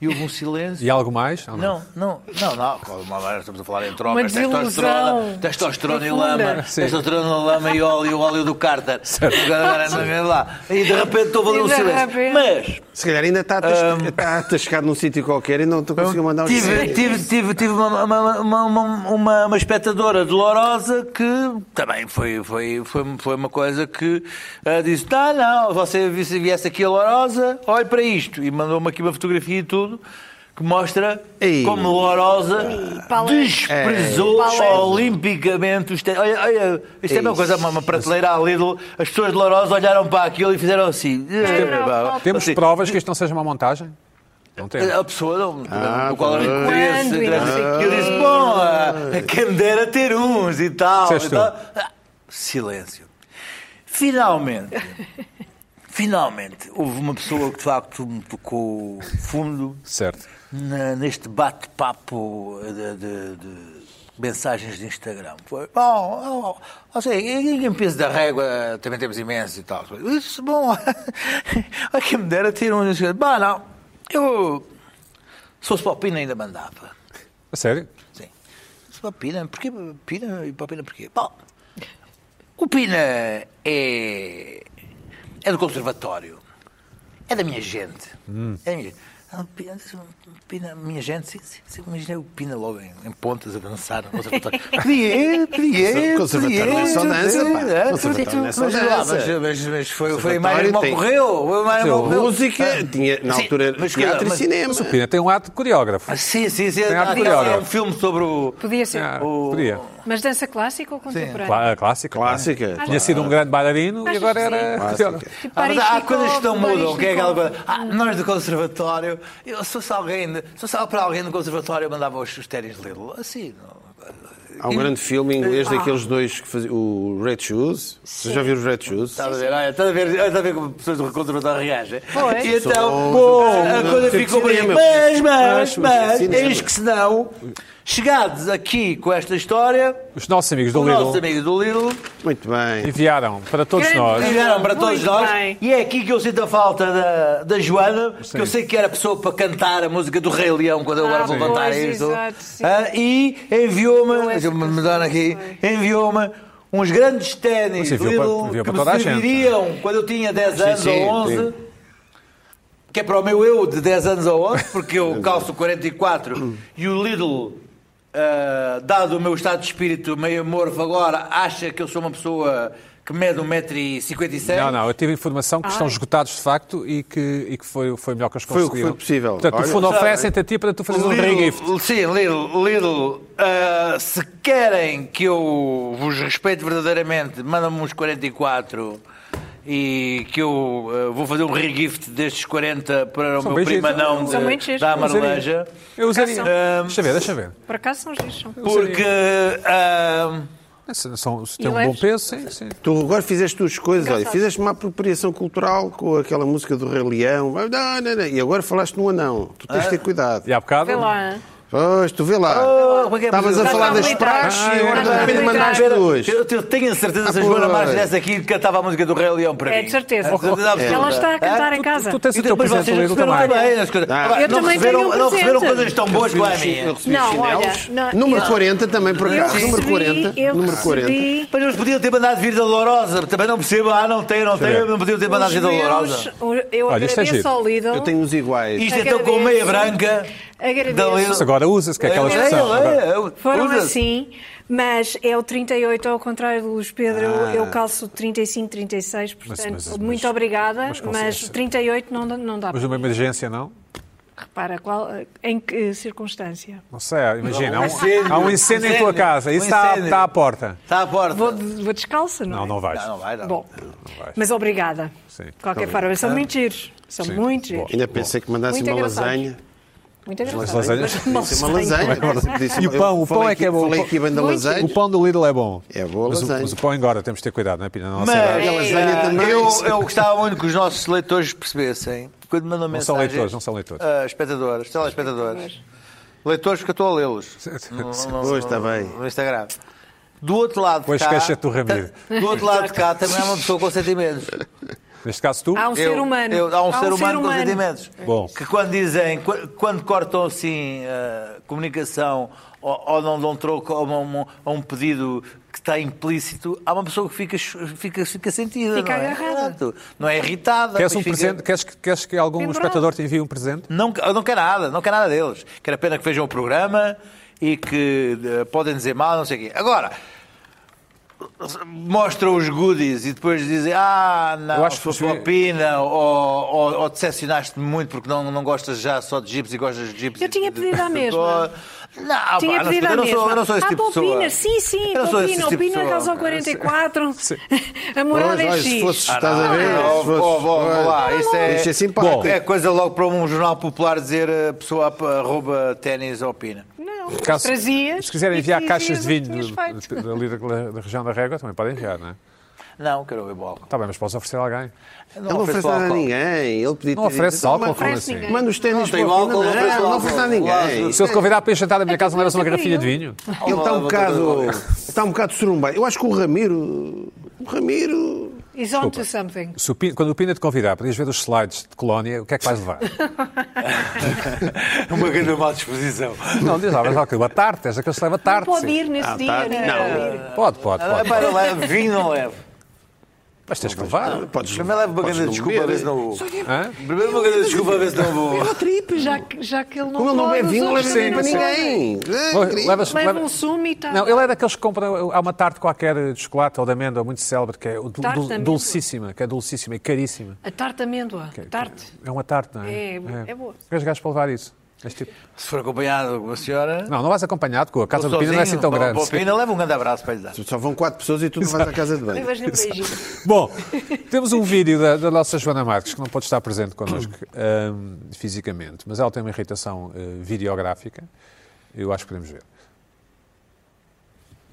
D: E houve um silêncio.
A: E algo mais? ou
D: Não, não, não, não. Com uma maneira Estamos a falar em
C: Uma
D: trocas,
C: desilusão
D: testosterona, testosterona e
C: profunda.
D: lama,
A: Sim.
D: testosterona, lama e óleo, óleo do cárter. Agora não vem lá. E de repente houve ali
C: E
D: um
C: de
D: silêncio.
C: repente-
D: Mas
B: Se calhar ainda está atas- está atascado num sítio qualquer e não estou conseguindo mandar um
D: Então, tive, tive, tive, tive uma, uma, uma, uma, uma- uma espectadora dolorosa que também foi, foi, foi, foi uma coisa que ah, disse: Não, não, você vi- se viesse aqui a Lourosa, olhe para isto. E mandou-me aqui uma fotografia e tudo. Que mostra
B: Ei.
D: como Lourosa
C: Palete.
D: desprezou
C: Ei. Palete.
D: olimpicamente os te- Olha, olha, isto é uma
B: Ei.
D: coisa, uma, uma prateleira à Lidl. As pessoas de Lourosa olharam para aquilo e fizeram assim.
A: não? Temos
D: Assim, Eh,
A: provas que isto não seja uma montagem? Não temos.
D: a pessoa não,
B: Ah,
D: o qual era
B: pois.
C: Quando
D: interesse.
C: e não sei
D: E assim, eu disse, bom, ah, quem me dera ter uns e tal.
A: Disseste
D: e tal. Ah, Silêncio. Finalmente, finalmente, houve uma pessoa que de facto me tocou fundo
A: Certo.
D: na- neste bate-papo de, de- de mensagens de Instagram. Foi, bom, oh, oh, sei, em em peso da régua também temos imenso e tal. Isso, bom, (laughs) a quem me dera ter um... Bah, não, eu, se fosse para o Pina ainda mandava.
A: A sério?
D: Sim. Se para o Pina, porquê Pina e para o Pina porquê? Bom, o Pina é... é do conservatório. É da minha gente.
B: Hum.
D: É da minha gente. Ah, o Pina, o Pina, minha gente, sim, sim, sim, imaginei o Pina logo em, em pontas a dançar
B: (laughs)
D: no conservatório. Plié, plié,
B: Conservatório não é só dança, pá. Conservatório não é só
D: Mas, lá,
B: dança.
D: mas- Ah, mas- mas foi, foi a imagem que me
B: Conservatório tem-
D: ocorreu. Foi a imagem que me ocorreu.
B: Música, tinha, na
D: Ah, Sim,
B: altura,
D: mas
B: teatro
D: cuidado,
B: e
D: mas-
B: cinema.
A: Mas o Pina tem um ato de coreógrafo.
D: Ah, Sim, sim, sim.
A: Tem
D: Ah,
A: arte
D: tinha
A: coreógrafa.
D: um filme sobre o...
C: Podia ser.
A: Ah,
D: O-
A: Podia.
C: Mas dança clássica ou contemporânea?
A: Clá- a Clássica.
B: Clássica,
A: Tinha
B: claro.
A: sido um grande bailarino e
C: Acho
A: agora
C: que
A: era (laughs)
C: sim.
A: coreógrafo.
C: Tipo
D: Ah, mas há- há
C: Barishnikov,
D: coisas que não mudam. que é aquela
C: Barishnikov.
D: coisa? Ah, nós do conservatório. Eu, se fosse alguém, de- se fosse algo para alguém do conservatório, eu mandava os, os ténis de Lidl. Assim. Não,
B: Há um grande filme em
D: ah.
B: inglês daqueles dois que faziam. O Red Shoes. Vocês já viram o Red Shoes?
D: Estás a ver, olha, estás a ver, olha, estás a ver como pessoas do conservatório reagem.
C: Pois.
D: E então,
B: Sou-
D: bom, a
B: Não,
D: coisa
B: tem
D: ficou bem.
B: cinema.
D: Mas, mas,
B: Mas, mas,
D: mas,
B: cinema.
D: eis que senão, chegados aqui com esta história,
A: Os nossos amigos do
D: os nossos
A: Lidl
D: amigos do Lidl
B: Muito bem.
A: enviaram para todos
C: Grande
A: nós.
D: Fizeram para
C: Muito
D: todos nós.
C: bem.
D: E é aqui que eu sinto a falta da, da Joana, que eu sei que era a pessoa para cantar a música do Rei Leão quando eu agora
C: Ah,
D: vou
C: sim.
D: levantar
C: pois,
D: isso.
C: exato, sim. é
D: Ah, e enviou-me,
C: Eu essa
D: deixa-me
C: canção,
D: me dar aqui, enviou-me uns grandes
A: Mas
D: ténis
A: enviou para-
D: Lidl
A: enviou para
D: que me
A: toda a gente.
D: serviriam quando eu tinha 10 anos
B: sim,
D: ou 11.
B: sim.
D: Que é para o meu eu de 10 anos ou 11, porque eu calço 44 e o Lidl, ah, dado o meu estado de espírito meio amorfo agora, acha que eu sou uma pessoa que mede 1,57m.
A: Não, não, eu tive informação que estão esgotados de facto e que, e que foi, foi melhor que eles
B: Foi o que
A: conseguiram.
B: foi possível.
A: Portanto,
B: Olha,
A: o fundo
B: sabe,
A: oferecem-te a ti para tu fazeres um regift.
D: Sim, Lidl, Lidl ah, se querem que eu vos respeite verdadeiramente, mandam-me uns 44 e que eu ah, vou fazer um regift destes 40 para o
A: São bem
D: meu prima
A: giros.
D: não
C: São
D: de,
C: bem giros. Ah,
D: da
A: Eu usaria.
D: Amareleja.
A: Eu usaria.
D: Ahm,
A: Deixa ver, deixa ver.
C: Por acaso são giros. são.
D: Porque ah,
A: São- são- se tem
C: E
A: um bom
C: leves?
A: peso, sim, sim.
B: Tu agora fizeste duas coisas, olha,
C: Engraçado.
B: fizeste uma apropriação cultural com aquela música do Rei Leão, vai, não, não, não, e agora falaste no anão, tu tens de ter
D: Ah.
B: cuidado.
A: E há bocado.
C: Vê lá. é
D: É,
C: hein?
B: Pois, tu vê lá,
D: oh, como é que é?
B: estavas a
D: Já
B: falar
D: está
B: das
C: militar.
B: praxes
A: Ah,
B: e agora de
C: é.
B: repente
C: Ah,
B: mandaste
C: militar.
B: duas.
D: Eu, eu tenho a certeza que se a
B: Ah,
D: Joana
B: pois.
D: Marques estivesse aqui, cantava a música do Rei Leão para
C: É,
D: mim.
C: de certeza.
D: A certeza absoluta.
C: Ela está a cantar
D: Ah,
C: em casa.
A: Tu tens
D: E
A: o teu
D: depois
A: presente
D: vocês
A: do Lidl
D: receberam
A: também.
D: também as coisas. Agora,
C: Eu
D: não
C: também
D: receberam,
C: tenho um
D: não receberam
C: presente.
D: coisas tão boas como a minha.
B: recebi
C: Não,
B: chinelos.
C: olha, não,
B: número
C: eu-
B: 40 também, por
C: Eu
B: acaso, número
C: recebi,
B: 40,
C: eu
B: número 40.
C: recebi
D: Mas eles podiam ter mandado vir da Lourosa. Também não percebo. Ah, não tem, não tem. Não podiam ter mandado
C: os
D: vir da
C: meus, é
D: Lourosa.
C: eu
A: Olha, isto é
C: agradeço
A: giro.
C: ao Lidl.
B: Eu tenho uns iguais.
D: Isto então com meia branca.
C: Agradeço.
D: da Lidl.
A: Isso agora usa-se, que é aquela
D: É,
A: expressão.
D: é,
A: Agora-
D: é, é,
C: Foram
D: usa-se.
C: assim, mas é o 38 ao contrário do Luís Pedro,
D: Ah.
C: eu calço 35, 36, portanto,
A: mas- mas-
C: muito obrigada,
A: mas
C: mas,
A: com licença.
C: 38 não, dá- não dá
A: Mas numa é emergência, não?
C: Repara, qual, em que circunstância?
A: Não sei, imagina. Há um,
D: Um incêndio.
A: há um incêndio em tua
D: Incêndio.
A: casa, isso
D: Um
A: está,
D: incêndio.
A: está à porta.
D: Está à porta.
C: Vou, de- vou descalça, não
A: Não,
C: é?
A: não vais.
D: Não, não vai, Tá não.
C: Bom,
A: vais.
C: mas obrigada.
A: Sim.
C: De qualquer forma, são muito giros, são
A: Sim.
C: muito
A: Boa.
C: giros.
B: Ainda pensei que mandasse
C: Muito
B: uma
C: engraçado.
B: lasanha.
C: Muito
A: As
C: engraçado.
A: lasanhas.
B: Disse Uma lasanha.
C: Tipo,
B: Disse-
A: E o pão, o
B: eu
A: pão
B: falei
A: é que é
B: aqui-
A: bom.
B: Falei aqui bem da
C: Muito.
A: O
B: lasanha.
A: pão do Lidl é bom.
B: É boa
A: mas o,
B: lasanha.
A: mas o pão engorda, temos de ter cuidado, não é, Pina? Na nossa idade.
D: Mas
B: A lasanha
D: eh,
B: também.
D: eu, eu gostava muito que os nossos leitores percebessem. Quando mandam
A: Não
D: mensagens...
A: são leitores, não são leitores.
D: Ah, espectadores, telespectadores. Leitores, porque eu estou a lê-los. No- no-
B: Pois, está
D: no-
B: bem.
D: No Instagram. é Do outro lado
A: Pois
D: de cá...
A: queixa-te do Ramiro.
D: ta- Do outro lado de cá também há uma pessoa com sentimentos.
A: Neste caso, tu.
C: Há um ser
D: Eu-
C: humano.
D: eu- há um ser humano com sentimentos.
A: É. Bom.
D: Que quando dizem, qu- quando cortam assim a comunicação ou, ou não dão troco a um, a um pedido que está implícito, há uma pessoa que fica, cho- fica, fica sentida.
C: Fica
D: não é?
C: agarrada.
D: Exato. Não é irritada.
A: Queres, um
D: mas fica-
A: presente, queres, que- queres que algum
C: Pendurado.
A: espectador te envie um presente?
D: Não, eu não quero nada, não quero nada deles. Quero apenas que vejam o programa e que eh, podem dizer mal, não sei o quê. Agora, mostram os goodies e depois dizem ah,
A: Eu
D: não,
A: acho
D: foi
A: que-
D: opina ou, ou, ou decepcionaste-me muito porque não, não gostas já só de jipes e gostas de jipes.
C: Eu tinha pedido à mesma.
D: mesma Não,
C: Tinha
D: Ah, pá, não,
C: pedido
D: eu,
C: à
D: não sou,
C: mesma.
D: eu não sou esse
C: ah,
D: tipo de pessoa.
C: Popina, sim, sim,
D: Eu não sou esse
C: Popina,
D: tipo de
C: Opina
D: pessoa.
C: Casal 44. (laughs) A morada
B: Pois,
C: é
B: olha, se
C: X.
B: fosses,
D: Ah,
B: estás a ver?
D: não,
B: É, se fosses-
D: ó, vó, vó lá,
B: pois.
D: isso é-
B: Isto é simpático.
D: É coisa logo para um jornal popular dizer eh, pessoa ap- arroba ténis ou opina.
C: Não,
A: Caso-
C: trazias.
A: se quiserem
C: e
A: enviar
C: dizias
A: caixas de
C: o que
A: vinho
C: tinhas
A: do-
C: feito.
A: do- do- ali da, da região da Régua, também podem enviar, não é?
D: Não, quero ver bola.
A: Está bem, mas podes oferecer a alguém.
B: Ele não oferece nada a ninguém. Ele podia
A: Não
B: ter dito,
A: oferece álcool, como
C: oferece
A: assim?
C: ninguém.
B: Manda os ténis
D: Não, tem
B: para o Fernando.
D: álcool, não oferece
B: Não, não
D: álcool.
B: oferece nada a ninguém.
D: Lá,
A: Se eu te convidar para ir jantar à
C: Então,
A: minha casa, não levas uma garrafinha de vinho?
B: Ele está um bocado. Está um bocado surumbai. Eu acho que o Ramiro. O Ramiro.
C: Is on to something.
A: Se o Pina- quando o Pina te convidar, podias ver os slides de colónia, o que é que vais levar?
D: (laughs)
A: (laughs)
D: Uma grande má disposição.
A: não, diz lá, mas lá, que leva tarte, és daqueles que leva tarte.
C: Pode
A: sim.
C: ir nesse
B: Ah,
C: dia,
B: tá.
C: né?
B: Não.
A: Pode, pode,
D: Ah,
A: pode.
D: pá, não levo, vinho não levo.
A: Mas tens que levar.
B: Podes
D: Primeiro levo uma
B: podes
D: grande
B: não
D: desculpa a
B: beber. né?
D: ver se não vou.
A: Hã?
D: Primeiro uma grande desculpa a ver se não vou.
C: É Já, que- já que ele não
B: Como ele não
C: pode,
B: bebe
C: os
B: vinho, não leva
C: outros
B: vinho para
C: também não sabem.
B: ninguém. É incrível.
A: Levas,
C: Leva
A: leva-
C: um sumo e tal.
A: Não, ele é daqueles que compram. Há uma tarte qualquer de chocolate ou de amêndoa muito célebre, que é o dul-
C: Tarte de
A: dul-
C: amêndoa?
A: dulcíssima, que é dulcíssima e caríssima.
C: A tarte de amêndoa. Tarte.
A: É uma tarte, não é?
C: É, é boa.
A: Tens gajos para levar isso. És tipo-
D: Se for acompanhado com uma senhora.
A: Não, não vais acompanhado, com a casa
D: ou
A: do Pina não é
D: sozinho,
A: assim tão
D: para-
A: grande.
D: para o Pina, leva um grande abraço para lhe dar.
B: Só vão quatro pessoas e tu não vais à casa de banho.
C: Levas nem um beijinho.
A: Bom, temos um vídeo da, da nossa Joana Marques, que não pode estar presente connosco ahm, fisicamente, mas ela tem uma irritação eh, videográfica. Eu acho que podemos ver.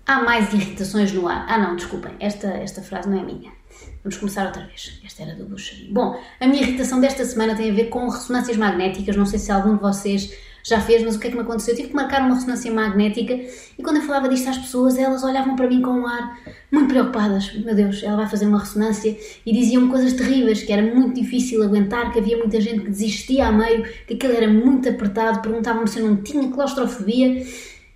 F: Há mais irritações no ar. Ah, não, desculpem, esta, esta frase não é minha. Vamos começar outra vez. Esta era do Buxeri. Bom, a minha irritação desta semana tem a ver com ressonâncias magnéticas. Não sei se algum de vocês já fez, mas o que é que me aconteceu? Eu tive que marcar uma ressonância magnética e quando eu falava disto às pessoas, elas olhavam para mim com um ar muito preocupadas. Meu Deus, ela vai fazer uma ressonância e diziam coisas terríveis, que era muito difícil aguentar, que havia muita gente que desistia a meio, que aquilo era muito apertado, perguntavam-me se eu não tinha claustrofobia.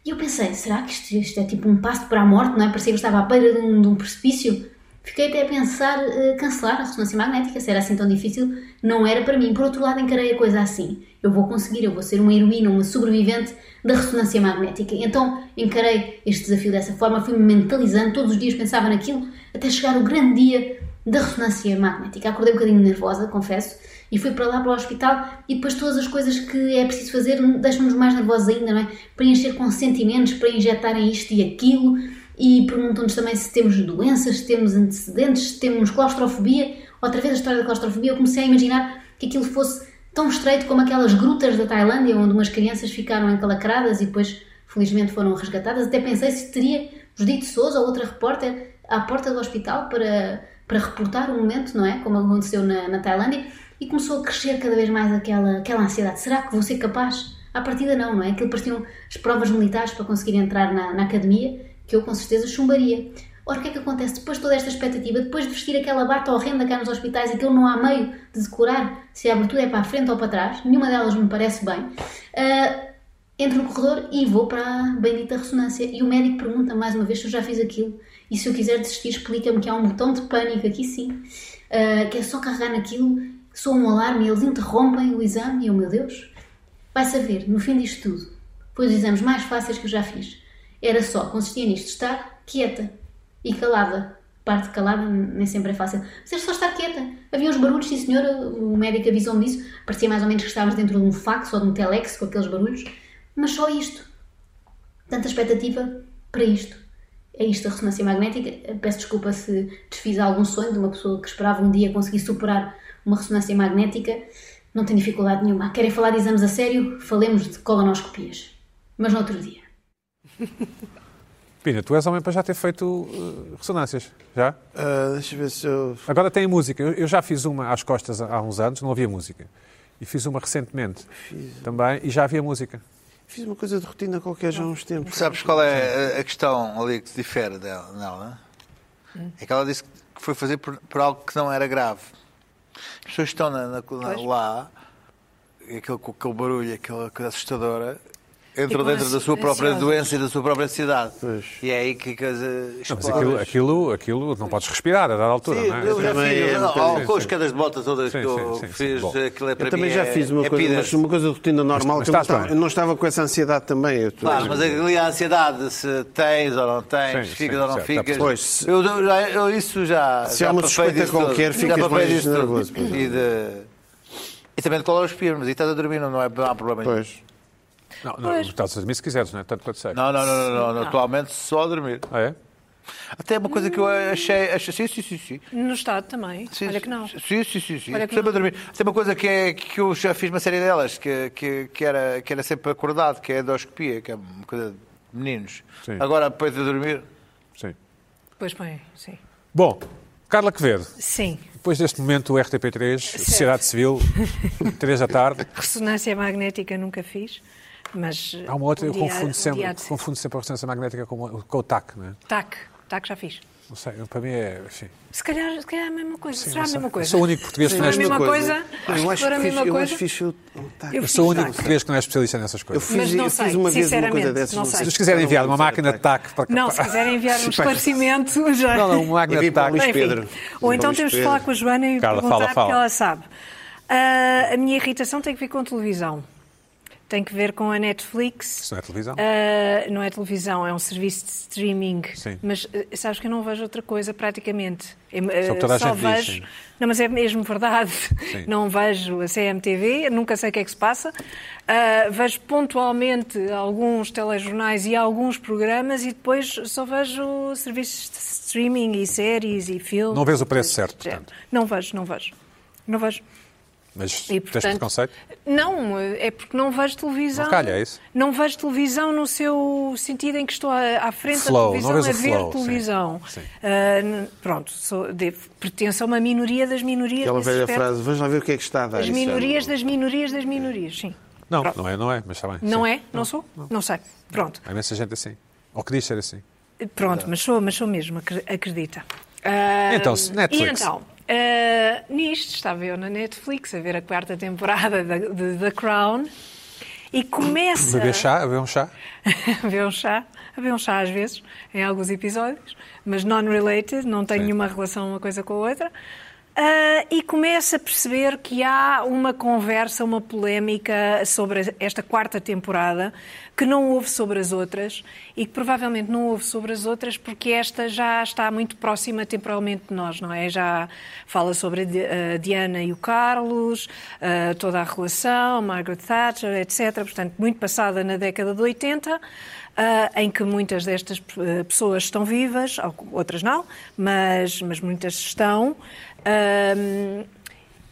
F: E eu pensei, será que isto, isto é tipo um passo para a morte, não é? Parecia que eu estava à beira de um, de um precipício. Fiquei até a pensar eh, cancelar a ressonância magnética, se era assim tão difícil, não era para mim. Por outro lado, encarei a coisa assim: eu vou conseguir, eu vou ser uma heroína, uma sobrevivente da ressonância magnética. Então encarei este desafio dessa forma, fui-me mentalizando, todos os dias pensava naquilo, até chegar o grande dia da ressonância magnética. Acordei um bocadinho nervosa, confesso, e fui para lá, para o hospital, e depois todas as coisas que é preciso fazer deixam-nos mais nervosos ainda, não é? Para encher com sentimentos, para injetarem isto e aquilo e perguntam-nos também se temos doenças, se temos antecedentes, se temos claustrofobia. Outra vez a história da claustrofobia, eu comecei a imaginar que aquilo fosse tão estreito como aquelas grutas da Tailândia, onde umas crianças ficaram encalacradas e depois, felizmente, foram resgatadas. Até pensei se teria Judite Souza ou outra repórter à porta do hospital para, para reportar o momento, não é? Como aconteceu na, na Tailândia. E começou a crescer cada vez mais aquela, aquela ansiedade. Será que vou ser capaz? À partida não, não é? Aquilo pareciam as provas militares para conseguir entrar na, na academia que eu com certeza chumbaria. Ora, o que é que acontece depois de toda esta expectativa, depois de vestir aquela bata horrenda cá nos hospitais e que eu não há meio de decorar se a abertura é para a frente ou para trás, nenhuma delas me parece bem, ah, entro no corredor e vou para a bendita ressonância e o médico pergunta mais uma vez se eu já fiz aquilo e se eu quiser desistir explica-me que há um botão de pânico aqui sim, ah, que é só carregar naquilo, soa um alarme e eles interrompem o exame e eu, meu Deus, vai saber, no fim disto tudo, foi os exames mais fáceis que eu já fiz. Era só, consistia nisto, estar quieta e calada. Parte de calada nem sempre é fácil. Mas era só estar quieta. Havia uns barulhos, sim senhora, o médico avisou-me disso. Parecia mais ou menos que estávamos dentro de um fax ou de um telex com aqueles barulhos. Mas só isto. Tanta expectativa para isto. É isto a ressonância magnética. Peço desculpa se desfiz algum sonho de uma pessoa que esperava um dia conseguir superar uma ressonância magnética. Não tem dificuldade nenhuma. Querem falar de exames a sério? Falemos de colonoscopias. Mas no outro dia.
A: Pina, tu és homem para já ter feito uh, ressonâncias, já?
B: Ah, deixa eu ver se eu.
A: Agora tem a música. Eu, eu já fiz uma às costas há uns anos, não havia música. E fiz uma recentemente também, e já havia música.
B: Fiz uma coisa de rotina qualquer já há uns tempos.
D: Sabes qual é a- a questão ali que difere dela? nela? É que ela disse que foi fazer por, por algo que não era grave. As pessoas estão na- na- na- lá, e aquele, com aquele barulho, aquela coisa assustadora, entram
E: Ficam
D: dentro da sua própria
E: ansiosas.
D: doença e da sua própria ansiedade.
B: Pois.
D: E é aí que a coisa
A: Não, mas
D: explode.
A: aquilo, aquilo, aquilo não podes respirar a dada altura,
D: Sim,
A: não
D: eu
A: é?
D: já
B: Também
D: fiz,
B: é um
D: não,
B: bocadinho,
D: com
B: sim.
D: as quedas de bota todas
A: Sim,
D: que eu
A: sim, sim, sim.
D: fiz,
A: Bom.
D: aquilo é para
B: Eu também
D: mim
B: já
D: é-
B: fiz uma,
D: é
B: coisa,
D: pidance.
B: mas uma coisa de rotina normal
A: mas
B: que eu não
A: estás
B: estava,
A: bem.
B: eu não estava com essa ansiedade também. Eu estou-
D: Claro, mas é- ali a ansiedade, se tens ou não tens,
A: Sim, sim,
D: ficas ou não
A: certo,
D: ficas.
A: está
B: pois, se-
D: eu, eu já- eu isso já.
B: Se
D: já
B: há uma
D: passei
B: suspeita
D: disso tudo.
B: qualquer,
D: Já
B: ficas
D: passei
B: mais
D: disso tudo.
B: nervoso, pois
D: E, de, e também de colonoscopia, mas e estás a dormir, não, é, não há problema nenhum.
B: Pois.
A: Não, não, estás a dormir se quiseres, não é? Tanto quanto sei.
D: Não, não, não, não, não, atualmente só a dormir.
A: Ah, é?
D: Até uma coisa que eu achei. achei sim, sim, sim, sim.
C: No Estado também.
D: Sim,
C: Olha que não.
D: Sim, sim, sim. sim.
C: Olha que
D: sempre a
C: não.
D: dormir. Tem uma coisa que, é, que eu já fiz uma série delas, que, que, que era, que era sempre acordado, que é a endoscopia, que é uma coisa de meninos.
A: Sim.
D: Agora, depois de dormir,
A: Sim.
C: Pois bem, sim.
A: Bom, Carla Quevedo,
C: Sim.
A: depois deste momento o RTP3,
C: É
A: Sociedade
C: (laughs)
A: Civil, 3 da tarde,
C: Ressonância magnética nunca fiz, mas.
A: há uma outra,
C: um
A: eu
C: dia- um
A: confundo sempre,
C: dia de-
A: confundo sempre a ressonância magnética com, o- com o TAC, não é?
C: Tac, tac já fiz.
A: Não sei, para mim é, enfim,
C: Se calhar, se calhar é a mesma coisa. Será a
A: não sei.
C: mesma
A: Eu
C: coisa?
A: sou o único português
C: Se
A: que
C: for a
A: nesta-
C: mesma coisa.
B: Eu
C: se
B: acho
C: for
B: que
C: a
B: fiz,
C: mesma
B: eu
C: coisa.
B: acho que fiz o- um taco.
C: Eu
A: eu sou o
C: fiz
A: único
C: tac.
A: português que não é especialista nessas
B: Eu
A: coisas.
B: fiz,
C: Mas não
B: eu
C: sei,
B: fiz uma vez uma coisa
C: sinceramente,
B: dessas.
C: não
B: sei
A: Se
C: sei.
B: se
A: nos quiserem enviar
B: era
A: uma
B: um
A: máquina de TAC para
C: Não, se
B: (laughs)
C: quiserem enviar um esclarecimento, já.
A: Não, um não, uma máquina de
B: Envie para
A: TAC.
B: o Luís
C: Enfim.
B: Pedro.
C: Ou
B: Luís
C: então temos de
B: Pedro.
C: falar com a Joana e
A: Carla,
C: perguntar,
A: fala, fala.
C: porque ela sabe. Ah, a minha irritação tem que ver com televisão. Tem que ver com a
A: (laughs)
C: Netflix.
A: Isso não é televisão?
C: Ah, não é televisão, é um serviço de streaming.
A: Sim.
C: Mas ah, sabes que eu não vejo outra coisa praticamente. Eu, ah,
A: Só que toda a
C: só
A: gente diz,
C: vejo.
A: sim.
C: Não, mas é mesmo verdade.
A: Sim.
C: Não vejo a CMTV, nunca sei o que é que se passa. Ah, vejo pontualmente alguns telejornais e alguns programas e depois só vejo serviços de streaming e séries e filmes.
A: Não vês o preço certo,
C: Etc.
A: portanto.
C: Não vejo, não vejo. Não vejo.
A: Mas
C: E,
A: tens
C: portanto,
A: preconceito?
C: Não, é porque não vejo televisão.
A: Não calha, é isso?
C: Não vejo televisão no seu sentido em que estou à, à frente
A: Flow,
C: da
A: não vês
C: televisão
A: o
C: a ver
A: flow, sim.
C: televisão.
A: Sim.
C: Ah, n- pronto, sou, devo- pertenço a uma minoria das minorias.
B: Aquela
C: nesse
B: velha
C: aspecto.
B: frase, vamos lá ver o que é que está a dar.
C: As
B: isso já
C: minorias
B: não-
C: das minorias das minorias, sim.
A: Não, não é, não é, mas está bem.
C: Não
A: sim.
C: é? Não, sou? Não. sei. Pronto,
A: Há imensa gente assim. Ou queria ser assim.
C: pronto, mas sou, mas sou mesmo, acre- acredita. Ah,
A: Então, se- Netflix.
C: E então, ah, nisto, estava eu na Netflix a ver a quarta temporada da, de The Crown e começa
A: Beber chá, beber um chá.
C: (laughs) beber um chá, beber um chá às vezes, em alguns episódios, mas non-related, não tem nenhuma relação uma coisa com a outra. Ah, e começa a perceber que há uma conversa, uma polémica sobre esta quarta temporada que não houve sobre as outras e que provavelmente não houve sobre as outras porque esta já está muito próxima temporalmente de nós, não é? Já fala sobre a Di- a Diana e o Carlos, ah, toda a relação, Margaret Thatcher, etc. Portanto, muito passada na década de 80, ah, em que muitas destas eh, pessoas estão vivas, algu- outras não, mas, mas muitas estão. eh, Ahm,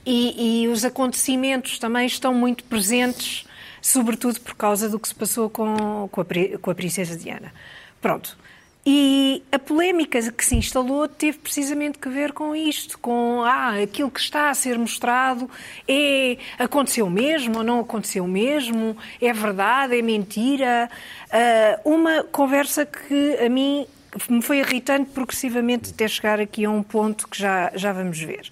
C: e, e os acontecimentos também estão muito presentes, sobretudo por causa do que se passou com, com, a, pri- com a Princesa Diana. Pronto. E a polémica que se instalou teve precisamente que ver com isto, com ah, aquilo que está a ser mostrado é aconteceu mesmo ou não aconteceu mesmo, é verdade, é mentira. Ah, uma conversa que a mim me foi irritando progressivamente até chegar aqui a um ponto que já, já vamos ver.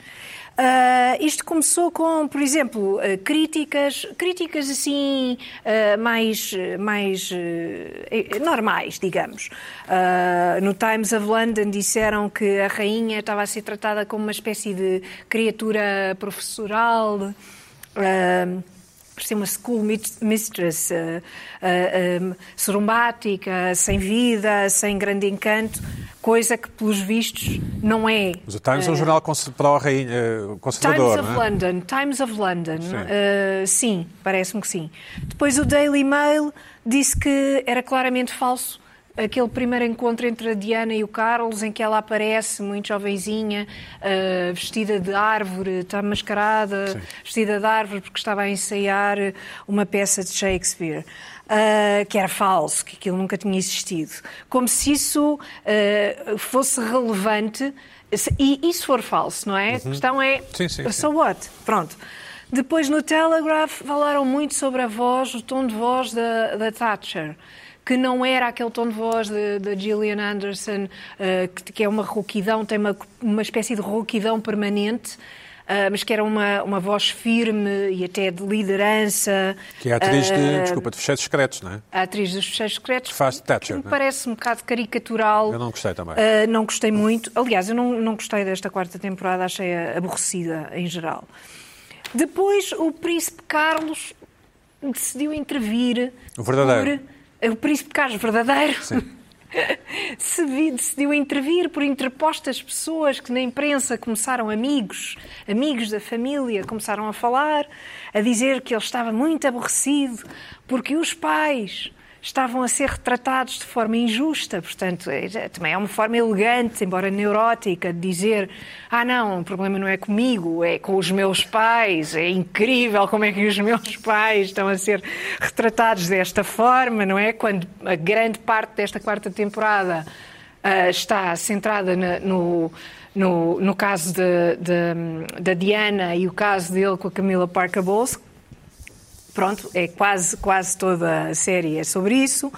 C: Ah, isto começou com, por exemplo, ah, críticas, críticas assim ah, mais, mais eh, eh, normais, digamos. Ah, no Times of London disseram que a rainha estava a ser tratada como uma espécie de criatura professoral. ah, por ser uma school mit- mistress eh, eh, em, sorumbática, sem vida, sem grande encanto, coisa que, pelos vistos, não é.
A: Mas o Times é, um jornal conser- pró-rainha, eh,
C: Times
A: conservador,
C: of
A: não é?
C: London, Times of London,
A: Sim.
C: eh, sim, parece-me que sim. Depois o Daily Mail disse que era claramente falso aquele primeiro encontro entre a Diana e o Carlos, em que ela aparece muito jovenzinha, eh, vestida de árvore, está mascarada, vestida de árvore porque estava a ensaiar uma peça de Shakespeare. ah, que era falso, que aquilo nunca tinha existido. Como se isso ah, fosse relevante, se- e, e se for falso, não é?
A: Uhum.
C: A questão é,
A: Sim, sim, sim.
C: so what? Pronto. Depois no Telegraph falaram muito sobre a voz, o tom de voz da, da Thatcher, que não era aquele tom de voz de- da Gillian Anderson, eh, que, que é uma rouquidão, tem uma, uma espécie de rouquidão permanente, ah, mas que era uma, uma voz firme e até de liderança.
A: Que é a atriz de,
C: Ah,
A: desculpa, de fecheiros secretos, não é?
C: a atriz dos Fecheiros Secretos.
A: Que faz de Thatcher,
C: que me
A: não é?
C: parece um bocado caricatural.
A: Eu não gostei também.
C: Uh, não gostei muito. Aliás, eu não, não gostei desta quarta temporada, achei-a aborrecida em geral. Depois, o Príncipe Carlos decidiu intervir.
A: O verdadeiro.
C: por- O Príncipe Carlos verdadeiro. (laughs) se vi- decidiu intervir por interpostas pessoas que na imprensa começaram amigos, amigos da família, começaram a falar, a dizer que ele estava muito aborrecido porque os pais estavam a ser retratados de forma injusta, portanto, é- é- também é uma forma elegante, embora neurótica, de dizer ah não, o problema não é comigo, é com os meus pais, é incrível como é que os meus pais estão a ser retratados desta forma, não é? Quando a grande parte desta quarta temporada ah, está centrada na- no, no, no caso de- de- da Diana e o caso dele com a Camila Parker Bowles. Pronto, é quase, quase toda a série é sobre isso.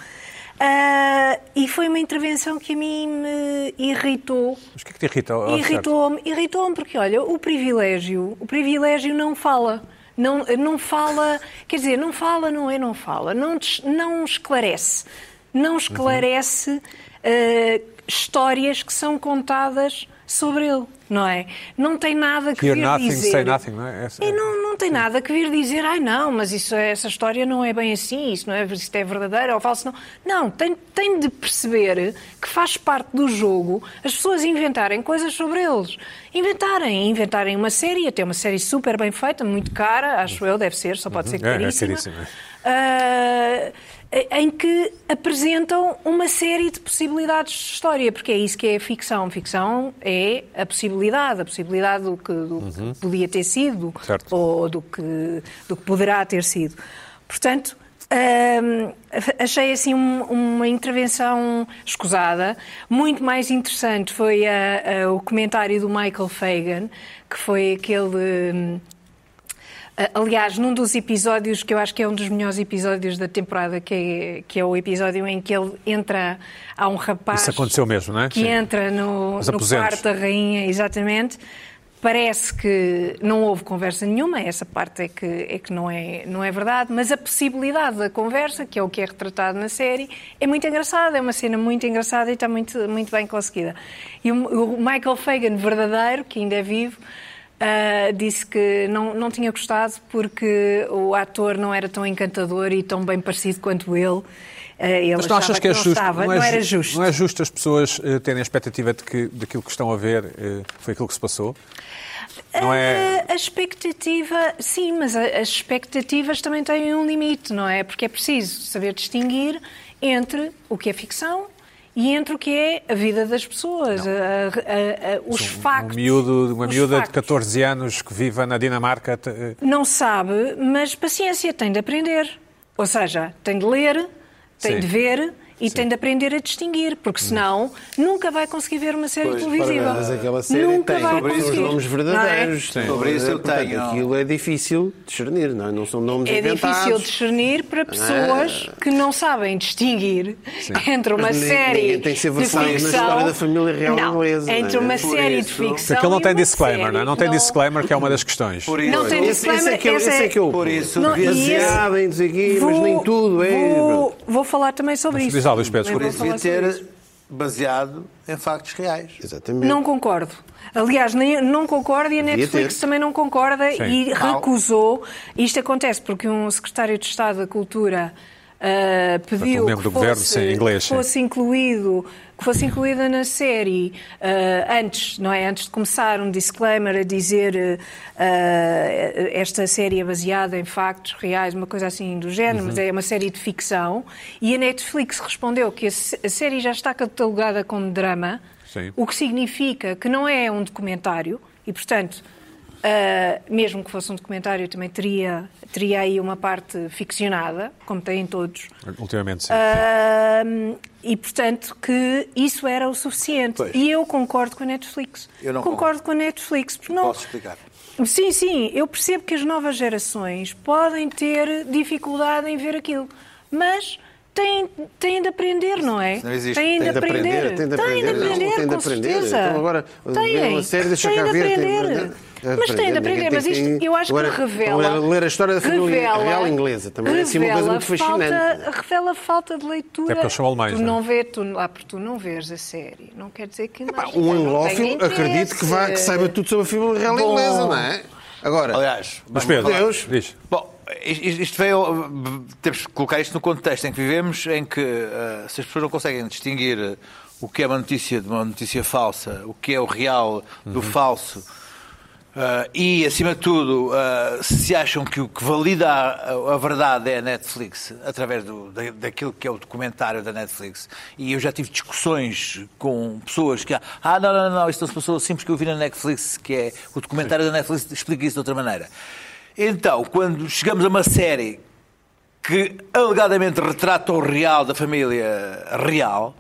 C: Ah, e foi uma intervenção que a mim me irritou.
A: Mas o que é que te irrita? ao- ao
C: Irritou-me, irritou-me porque olha, o privilégio, o privilégio não fala, não não fala, quer dizer, não fala, não é, não fala, não des- não esclarece, não esclarece eh, histórias que são contadas sobre ele, não é? Não tem nada que
A: Hear
C: vir
A: nothing,
C: dizer.
A: say nothing, não é? Essa-
C: E não, não tem nada que vir dizer, ai não, mas isso, é- essa história não é bem assim, isso não é, isto é verdadeiro ou falso. Não, não tem, tem de perceber que faz parte do jogo as pessoas inventarem coisas sobre eles. Inventarem, inventarem uma série, até uma série super bem feita, muito cara, acho eu, deve ser, só pode ser
A: É, é
C: caríssima.
A: caríssima.
C: Ah, em que apresentam uma série de possibilidades de história, porque é isso que é ficção. Ficção é a possibilidade, a possibilidade do que, do que podia ter sido
A: Certo.
C: ou do que, do que poderá ter sido. Portanto, hum, achei assim um- uma intervenção escusada. Muito mais interessante foi a- a- o comentário do Michael Fagan, que foi aquele. hum, ah, Aliás, num dos episódios que eu acho que é um dos melhores episódios da temporada, que é, que é o episódio em que ele entra a um rapaz
A: Isso aconteceu mesmo, não é?
C: que
A: Sim.
C: entra no,
A: Os
C: no
A: aposentos.
C: quarto da rainha, exatamente, Parece que não houve conversa nenhuma, essa parte é que, é que não, é, não é verdade, mas a possibilidade da conversa, que é o que é retratado na série, é muito engraçada, é uma cena muito engraçada e está muito, muito bem conseguida. E o, o Michael Fagan, verdadeiro, que ainda é vivo, ah, disse que não, não tinha gostado porque o ator não era tão encantador e tão bem parecido quanto ele. Ah, ele
A: Mas não achas
C: achava
A: que é
C: não
A: justo?
C: estava, não,
A: é
C: era
A: ju-
C: justo.
A: Não é justo as pessoas eh, terem a expectativa de que daquilo que estão a ver eh, foi aquilo que se passou? Não é?
C: A, a expectativa, sim, mas a- as expectativas também têm um limite, não é? Porque é preciso saber distinguir entre o que é ficção e entre o que é a vida das pessoas, a- a- a- os
A: Um
C: factos.
A: miúdo, uma
C: os
A: miúda de
C: factos.
A: 14 anos que vive na Dinamarca. te- eh,
C: Não sabe, mas paciência, tem de aprender. Ou seja, tem de ler, tem
A: Sim. Hum.
C: de ver e tem de aprender a distinguir, porque senão nunca vai conseguir ver uma série televisiva.
B: Mas é aquela série
C: nunca
B: tem
C: vai
B: os
C: conseguir, é?
B: nomes verdadeiros.
D: Sim. Sobre isso eu
B: Portanto,
D: tenho.
B: Aquilo é difícil discernir, não é? Não são nomes
C: Não é? É
B: inventados.
C: difícil discernir
B: É.
C: para pessoas que não sabem distinguir (laughs) entre uma
B: Mas ninguém-
C: série
B: ninguém tem que ser
C: de
B: versado na
C: ficção-
B: história da família real
C: Não,
B: inglesa,
C: entre
B: não é?
C: uma
D: Por
C: série
D: isso-
C: de ficção
A: Porque aquilo não
C: e
A: tem
C: uma
A: disclaimer,
C: série.
A: não é? Não tem disclaimer, que é uma das questões.
D: Por isso,
C: Não tem
B: Esse, esse é que é,
C: disclaimer,
B: esse é que é o
D: por isso,
C: Não, e
D: devia,
C: esse-
B: baseado em dizer mas nem tudo é.
C: Vou, vou falar também sobre
A: Diz
C: isso.
A: lá, Luís Pedro,
C: Também
A: por
D: por
C: vou
D: isso devia
C: falar sobre isso.
D: ter baseado em factos reais.
B: Exatamente.
C: Não concordo. Aliás, nem- não concordo e a
B: Devia
C: Netflix
B: ter.
C: também não concorda
A: Sim.
C: e recusou. Isto acontece porque um secretário de Estado da Cultura ah, pediu
A: um membro
C: que
A: do
C: fosse,
A: governo, sim, inglês,
C: que
A: sim.
C: fosse incluído que fosse incluída na série ah, antes, não é? Antes de começar um disclaimer a dizer ah, ah, esta série é baseada em factos reais, uma coisa assim do género,
A: Uhum.
C: mas é uma série de ficção. E a Netflix respondeu que a se- a série já está catalogada como drama,
A: Sim.
C: o que significa que não é um documentário e, portanto, ah, mesmo que fosse um documentário, também teria, teria aí uma parte ficcionada, como tem em todos.
A: Ultimamente, sim.
C: Ah, e, portanto, que isso era o suficiente.
D: Pois.
C: E eu concordo com a Netflix.
D: Eu não
C: concordo com a Netflix. Porque não...
D: Posso explicar?
C: Sim, sim, eu percebo que as novas gerações podem ter dificuldade em ver aquilo, mas têm, têm de aprender, não é?
D: não existe.
C: Têm de
B: Tem de aprender,
C: aprender.
B: tem de
C: Têm
B: aprender,
C: de
B: não,
C: aprender,
B: tem de
C: com
B: aprender.
C: certeza.
B: Então agora,
C: têm,
B: ver uma série, deixa
C: têm
B: cá
C: de
B: ver, tem de-
C: aprender.
B: tem de
C: Mas têm de
B: aprender, ninguém
C: aprender, mas
B: tem que-
C: isto eu acho
B: Agora,
C: que revela...
B: agora, ler a história da família
C: revela-
B: real inglesa também é assim uma coisa muito
C: revela falta-
B: fascinante.
C: Revela falta de leitura.
A: É porque eles são alemães,
C: Tu
A: não é?
C: não vê, tu, lá porque tu não vês a série. Não quer dizer que...
B: Pá, Um anglófilo acredito que, vá, que saiba tudo sobre a família real
C: Bom.
B: inglesa, não é? Agora,
D: Aliás,
A: Luís
D: vamos
A: Pedro,
D: falar.
B: Deus.
A: diz.
D: Bom, isto isto veio. Temos que colocar isto no contexto em que vivemos, em que eh, se as pessoas não conseguem distinguir eh, o que é uma notícia de uma notícia falsa, o que é o real do falso, eh, e, acima de tudo, eh, se acham que o que valida a, a verdade é a Netflix, através do, da- daquilo que é o documentário da Netflix, e eu já tive discussões com pessoas que. Ah, não, não, não, não, isto não se passou assim porque eu vi na Netflix, que é o documentário da Netflix, explica isso de outra maneira. Então, quando chegamos a uma série que alegadamente retrata o real da família real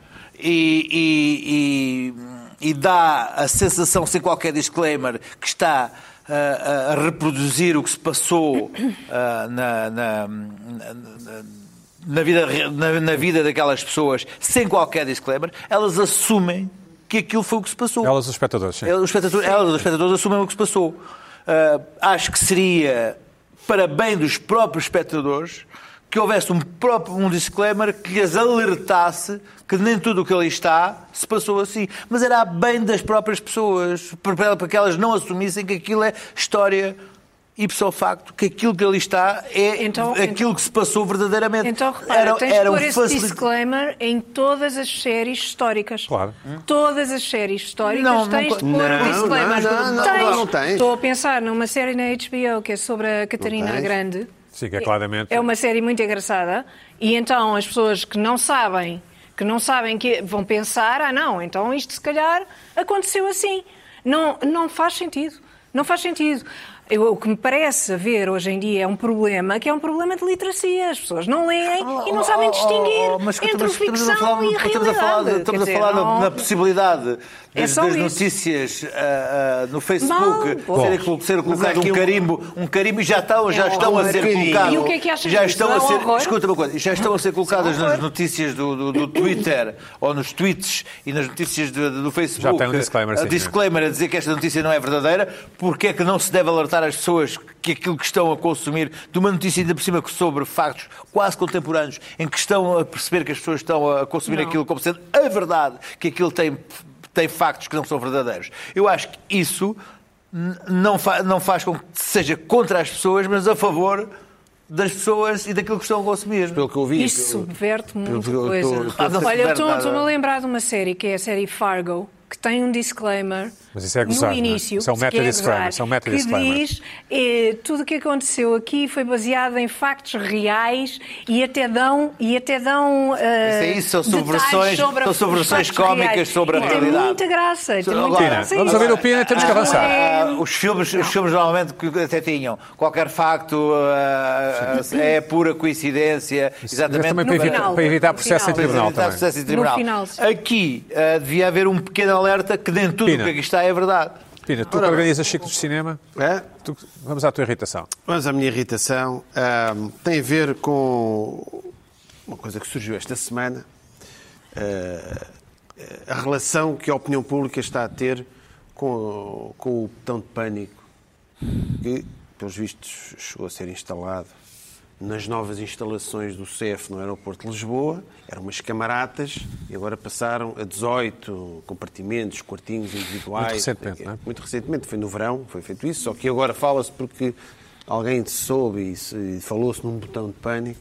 D: e, e- e- e dá a sensação, sem qualquer disclaimer, que está ah, a, a reproduzir o que se passou (coughs) ah, na- na- na- na na vida, re- na, na vida daquelas pessoas, sem qualquer disclaimer, elas assumem que aquilo foi o que se passou.
A: Elas, os espectadores, sim.
D: Elas, É, os espectadores, elas, os espectadores, assumem o que se passou. Ah, acho que seria para bem dos próprios espectadores que houvesse um próprio um disclaimer que lhes alertasse que nem tudo o que ali está se passou assim. Mas era a bem das próprias pessoas, para- para para que elas não assumissem que aquilo é história ipso facto, que aquilo que ali está é
C: Então-
D: aquilo que se passou verdadeiramente.
C: Então, repara,
D: Era-
C: tens
D: era
C: de pôr
D: um
C: esse
D: facilita-
C: disclaimer em todas as séries históricas.
A: Claro.
C: Todas as séries históricas
D: Não,
C: tens
D: não-
C: de pôr
B: Não,
C: um disclaimer.
B: não, não,
C: tens,
B: não, não tens.
C: Estou a pensar numa série na HBO que é sobre a Catarina a
B: tens.
C: Grande.
A: Sim, que é claramente.
C: É uma série muito engraçada. E então as pessoas que não sabem, que não sabem que vão pensar, ah não, então isto se calhar aconteceu assim. Não, não faz sentido. Não faz sentido. Eu, o que me parece haver hoje em dia é um problema que é um problema de literacia. As pessoas não leem e não sabem distinguir
D: Ah, Oh, mas que
C: entre
D: estamos-
C: ficção
D: estamos a falar,
C: e realidade.
D: Estamos a falar, de-
C: Quer
D: estamos a
C: dizer,
D: falar na-
C: não-
D: na possibilidade
C: É
D: das,
C: só
D: das
C: isso.
D: notícias ah, ah, no Facebook
C: Não, pô.
D: ser, colo- ser colocado
B: aqui
D: um
B: um-
D: carimbo, um carimbo e já estão, já
C: um
D: estão a ser
B: bocadinho.
D: colocados.
C: E o que é que achas
D: já
C: disso?
D: estão
C: Não é
D: a
C: um
D: ser,
C: horror?
D: escuta uma coisa, já estão a ser colocadas
C: Isso é um
D: nas
C: horror.
D: notícias do, do- do Twitter ou nos tweets e nas notícias do, do Facebook.
A: Já tem um disclaimer,
D: ah,
A: sim,
D: disclaimer disclaimer a dizer que esta notícia não é verdadeira, porque é que não se deve alertar as pessoas que aquilo que estão a consumir de uma notícia ainda por cima que sobre factos quase contemporâneos, em que estão a perceber que as pessoas estão a consumir aquilo como sendo a verdade, que aquilo tem, tem factos que não são verdadeiros. Eu acho que isso n- não, fa- não faz com que seja contra as pessoas, mas a favor das pessoas e daquilo que estão a consumir.
B: Pelo que eu vi.
C: Isto subverte muita
B: eu- eu
C: coisa.
B: tô- eu tô-
D: Ah, não
C: Olha, eu
D: subverte
C: estou-
D: nada.
C: estou-me a lembrar de uma série que é a série Fargo, que tem um disclaimer
A: Mas isso é gozar,
C: no
A: não é?
C: início.
A: Isso é um
C: que é
A: meta-disclaimer,
C: gozar,
A: isso é um meta-disclaimer.
C: Que diz eh, tudo o que aconteceu aqui foi baseado em factos reais e até dão. E até dão eh,
D: Mas é isso, são subversões- são subversões cómicas sobre a
C: Tem
D: realidade.
C: muita graça. e Tem muita
D: Agora,
A: Pina,
C: graça
A: vamos
C: isso.
A: ouvir o Pina, temos que
C: Não
A: avançar.
C: é-
D: Ah, os, filmes, os filmes normalmente que até tinham qualquer facto ah, é pura coincidência. Exatamente.
A: Também para,
C: No
A: evitar,
C: final.
A: para evitar
C: No
A: processo em
C: final.
A: tribunal
D: Evitar
A: também.
D: processo em tribunal.
C: No final, sim.
D: Aqui ah, devia haver um pequeno alerta que nem tudo o
A: Pina.
D: que aqui está é verdade.
A: Pina, tu que organizas ciclos de cinema,
B: É?
A: tu- vamos à tua irritação.
B: Mas a minha irritação ahm, tem a ver com uma coisa que surgiu esta semana, ah, a relação que a opinião pública está a ter com, com o botão de pânico, que, pelos vistos, chegou a ser instalado nas novas instalações do CEF no aeroporto de Lisboa, eram umas camaratas e agora passaram a 18 compartimentos, quartinhos individuais.
A: recentemente, não é?
B: Muito recentemente, foi no verão, foi feito isso, só que agora fala-se porque alguém soube e se- falou-se num botão de pânico.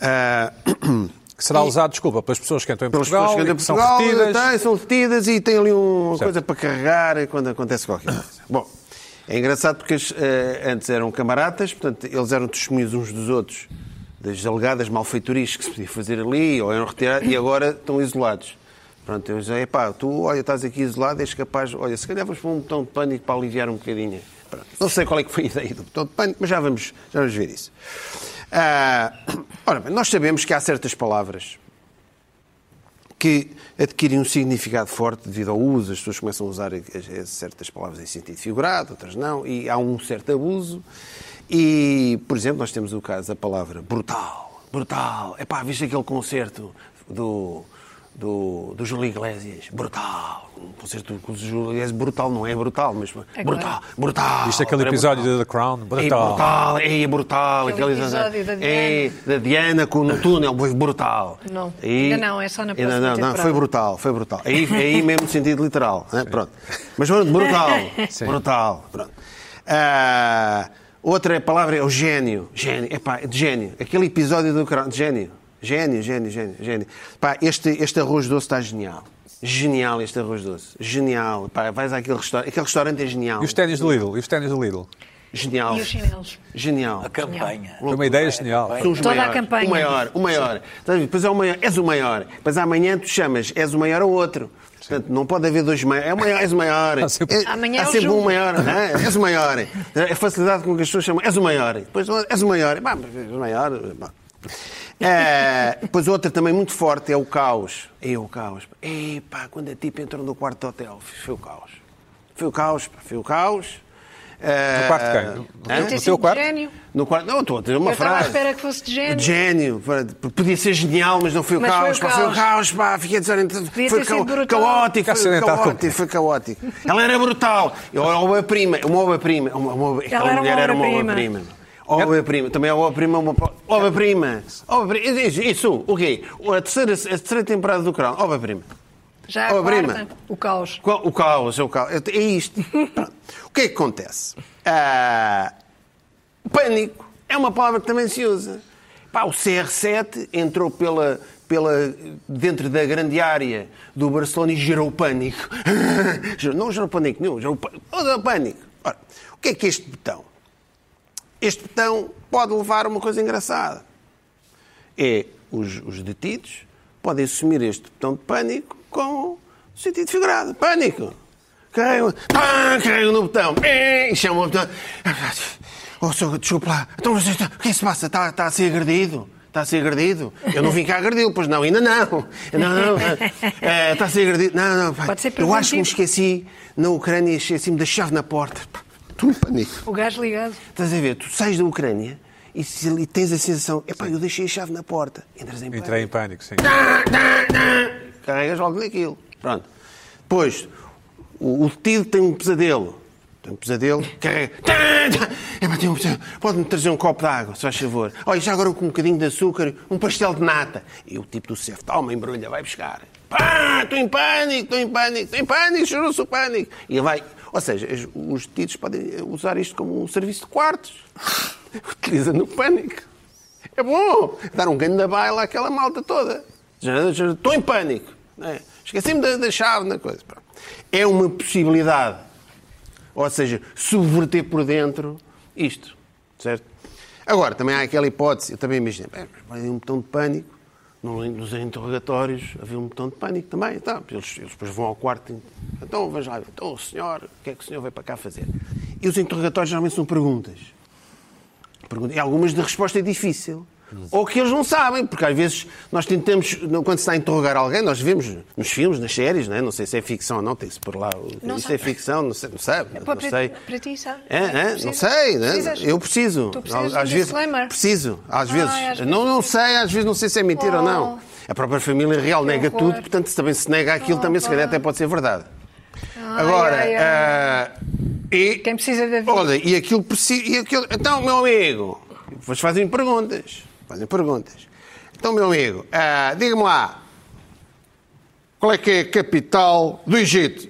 B: Ah,
A: Que será usado, desculpa, pelas pessoas que entram em
B: pelas
A: Portugal,
B: pessoas que andam
A: e
B: em
A: que são
B: Portugal,
A: retidas.
B: tá, são retidas e têm ali uma
A: Certo.
B: coisa para carregar quando acontece qualquer coisa. Bom, é engraçado porque as, eh, antes eram camaradas, portanto, eles eram testemunhos uns dos outros das alegadas malfeitorias que se podia fazer ali, ou eram retirados, e agora estão isolados. Pronto, eu já, pá, tu, olha, estás aqui isolado, és capaz, olha, se calhar vamos pôr um botão de pânico para aliviar um bocadinho. Pronto, não sei qual é que foi a ideia do botão de pânico, mas já vamos, já vamos ver isso. Ah, ora bem, nós sabemos que há certas palavras que adquirem um significado forte devido ao uso. As pessoas começam a usar as- as- certas palavras em sentido figurado, outras não, e há um certo abuso. E, por exemplo, nós temos o caso da palavra brutal. Brutal. É pá, viste aquele concerto do, do, do Júlio Iglesias? Brutal. Um concerto com o Júlio Iglesias, brutal não é brutal, mas
C: É claro.
B: brutal, brutal.
A: Viste é aquele
B: Era
A: episódio
B: brutal.
A: de The Crown?
B: É
A: Brutal.
B: brutal, é brutal.
C: Aquele
B: aquele-
C: episódio da
B: É, da Diana com no túnel, foi brutal.
C: Não,
B: Aí-
C: ainda não, é só na
B: Ainda
C: próxima
B: não, não,
C: temporada.
B: foi brutal, foi brutal. Aí, aí mesmo no sentido literal, né? pronto. Mas pronto,
C: (laughs)
B: brutal,
A: Sim.
B: brutal, pronto. Ah, outra palavra é o gênio, gênio, epá, de gênio. Aquele episódio do Crown, de gênio, gênio, gênio, gênio, gênio. Pá, este, este arroz doce está genial. Genial este arroz doce, genial. Pá, vais àquele restaurante, aquele restaurante é genial.
A: E os ténis do Lidl? E os ténis do Lidl?
B: Genial.
C: E os chinelos?
B: Genial.
D: A campanha.
A: Foi uma ideia genial.
B: São os
C: Toda a
B: maiores.
C: campanha.
B: O maior, o maior. Estás a ver? Depois é o maior, és o maior. Depois amanhã tu chamas, és o maior ao outro. Portanto, não pode haver dois maiores. É o maior, és o maior.
A: (laughs) Há sempre-
B: É-
C: Amanhã
B: há
C: é o
B: sempre
C: Júlio.
B: um maior. não é? És o maior. É A facilidade com que as pessoas chamam, és o maior. Depois, és o maior. Bah, mas és o maior. Bah. É, depois outra também muito forte é o caos. É o caos. Epá, quando a tipa entrou no quarto do hotel, foi o caos. Foi o caos, pá, foi o caos. É,
A: No quarto de quem? No
B: hã?
A: teu-
C: Deve ter
A: no teu
C: sido
A: quarto?
C: gênio.
B: No quarto, não, estou a dizer uma
C: Eu estava à
B: frase.
C: espera que fosse de gênio.
B: Gênio. Podia ser genial, mas não foi o
C: Mas
B: caos.
C: foi o
B: pá, Foi o caos, pá, fiquei desorientado.
C: Podia
B: Foi
C: ter sido brutal.
B: caótico, foi
A: Acidentado
B: caótico,
A: com-
B: foi caótico. Ela era brutal. Eu era uma prima, uma obra-prima. Uma, uma, aquela
C: era uma
B: mulher era uma
C: obra-prima.
B: obra-prima. Obra-prima, também é obra-prima, uma pa- obra-prima. Obra isso, isso, o quê? A terceira, a terceira temporada do Crown, obra-prima.
C: Já
D: Oh,
C: a
B: Obra-prima.
C: quarta, o caos.
B: Qual- O caos, é o caos. É isto. Pronto. o que é que acontece? Ah, pânico é uma palavra que também se usa. Pá, o CR7 entrou pela, pela, dentro da grande área do Barcelona e gerou pânico. (laughs) não gerou pânico nenhum, gerou pânico. Gerou pânico. Ora, o que é que é este botão? Este botão pode levar a uma coisa engraçada é os, os detidos podem assumir este botão de pânico com sentido figurado. Pânico! carrego, pá, carrego no botão, eh, e chama o botão. Oh, senhor, desculpe lá, então, mas isto- o que é que se passa? Está, está a ser agredido? Está a ser agredido? Eu não vim cá agredi-lo, pois não, ainda não. Não, não, eh, está a ser agredido. Não, não, pá.
C: Pode ser
B: Eu acho que me
C: preventivo.
B: esqueci na Ucrânia, esqueci-me da chave na porta. Pá, Estou em pânico.
C: O gás ligado.
B: Estás a ver, tu sais da Ucrânia e, se- e tens a sensação, epá, eu deixei a chave na porta. Entras em pânico.
A: Entrei em pânico, sim.
B: Carregas logo naquilo. Pronto. Depois, o, o detido tem um pesadelo. Tem um pesadelo, carrega. Epá, tem um pesadelo. Pode-me trazer um copo de água, se faz favor. Olha, já agora com um bocadinho de açúcar, um pastel de nata. E o tipo do chefe, toma, embrulha, vai buscar. Pá, estou em pânico, estou em pânico, estou em pânico, chorou-se o pânico. E ele vai. Ou seja, os- os detidos podem usar isto como um serviço de quartos. (laughs) Utiliza no pânico. É bom dar um ganho na baila àquela malta toda. Já- já Estou em pânico. né? Esqueci-me da, da chave na coisa. Pronto. É uma possibilidade. Ou seja, subverter por dentro isto. Certo? Agora, também há aquela hipótese. Eu também imagino. Bem, mas vai haver um botão de pânico. No- Nos interrogatórios havia um botão de pânico também. Então, eles, eles depois vão ao quarto. e- Então, vamos lá. Então, o senhor, o que é que o senhor veio para cá fazer? E os interrogatórios geralmente são perguntas. Pergunta- E algumas de resposta é difícil. Ou que eles não sabem, porque às vezes nós tentamos, quando se está a interrogar alguém, nós vemos nos filmes, nas séries, não, é? não sei se é ficção ou não, tem-se por lá.
C: Não
B: Isto
C: sabe.
B: é ficção, não sei, não, sabe, não,
C: Pô, para,
B: sei.
C: Ti, para ti, sabe?
B: Hã? Hã?
C: Precisas?
B: não sei, né?
C: Precisas?
B: eu preciso.
C: Tu precisas de um
B: às vezes
C: disclaimer?
B: preciso, às
C: Ah,
B: vezes.
C: às
B: não, não sei, às vezes não sei se é mentira ou não. A própria família real
C: Que
B: nega
C: horror.
B: tudo, portanto, se também se nega aquilo,
C: Oh,
B: também se calhar
C: pá.
B: até pode ser verdade. Agora,
C: ai, ai.
B: ah, e,
C: Quem precisa da vida.
B: Olha, e aquilo precisa. E aquilo, então, meu amigo, vocês fazem perguntas. Fazem perguntas. Então, meu amigo, ah, diga-me lá, qual é que é a capital do Egito?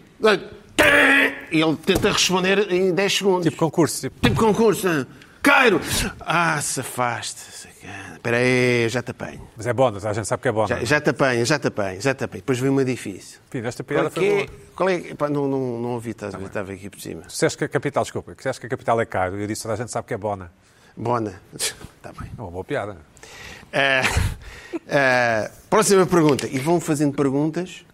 B: E ele tenta responder em 10 segundos.
A: Tipo concurso, tipo.
B: Tipo concurso. não. Cairo! Ah, se afaste, sacana. Espera aí, eu já te apanho.
A: Mas é bónus, a gente sabe que é bónus.
B: Já, já te apanho, já te apanho, já te apanho. Depois vem uma difícil.
A: Enfim, esta
B: Qual é
A: piada
B: que é-
A: foi boa.
B: qual é que- pá, não, não, não ouvi, estás a ver, estava aqui por cima.
A: Tu disseste que a capital, desculpa, que disseste que a capital é caro. Eu disse toda a gente sabe que é bona.
B: Bona. (laughs) Está bem.
A: É uma boa piada.
B: Ah, ah, próxima pergunta. E vão fazendo perguntas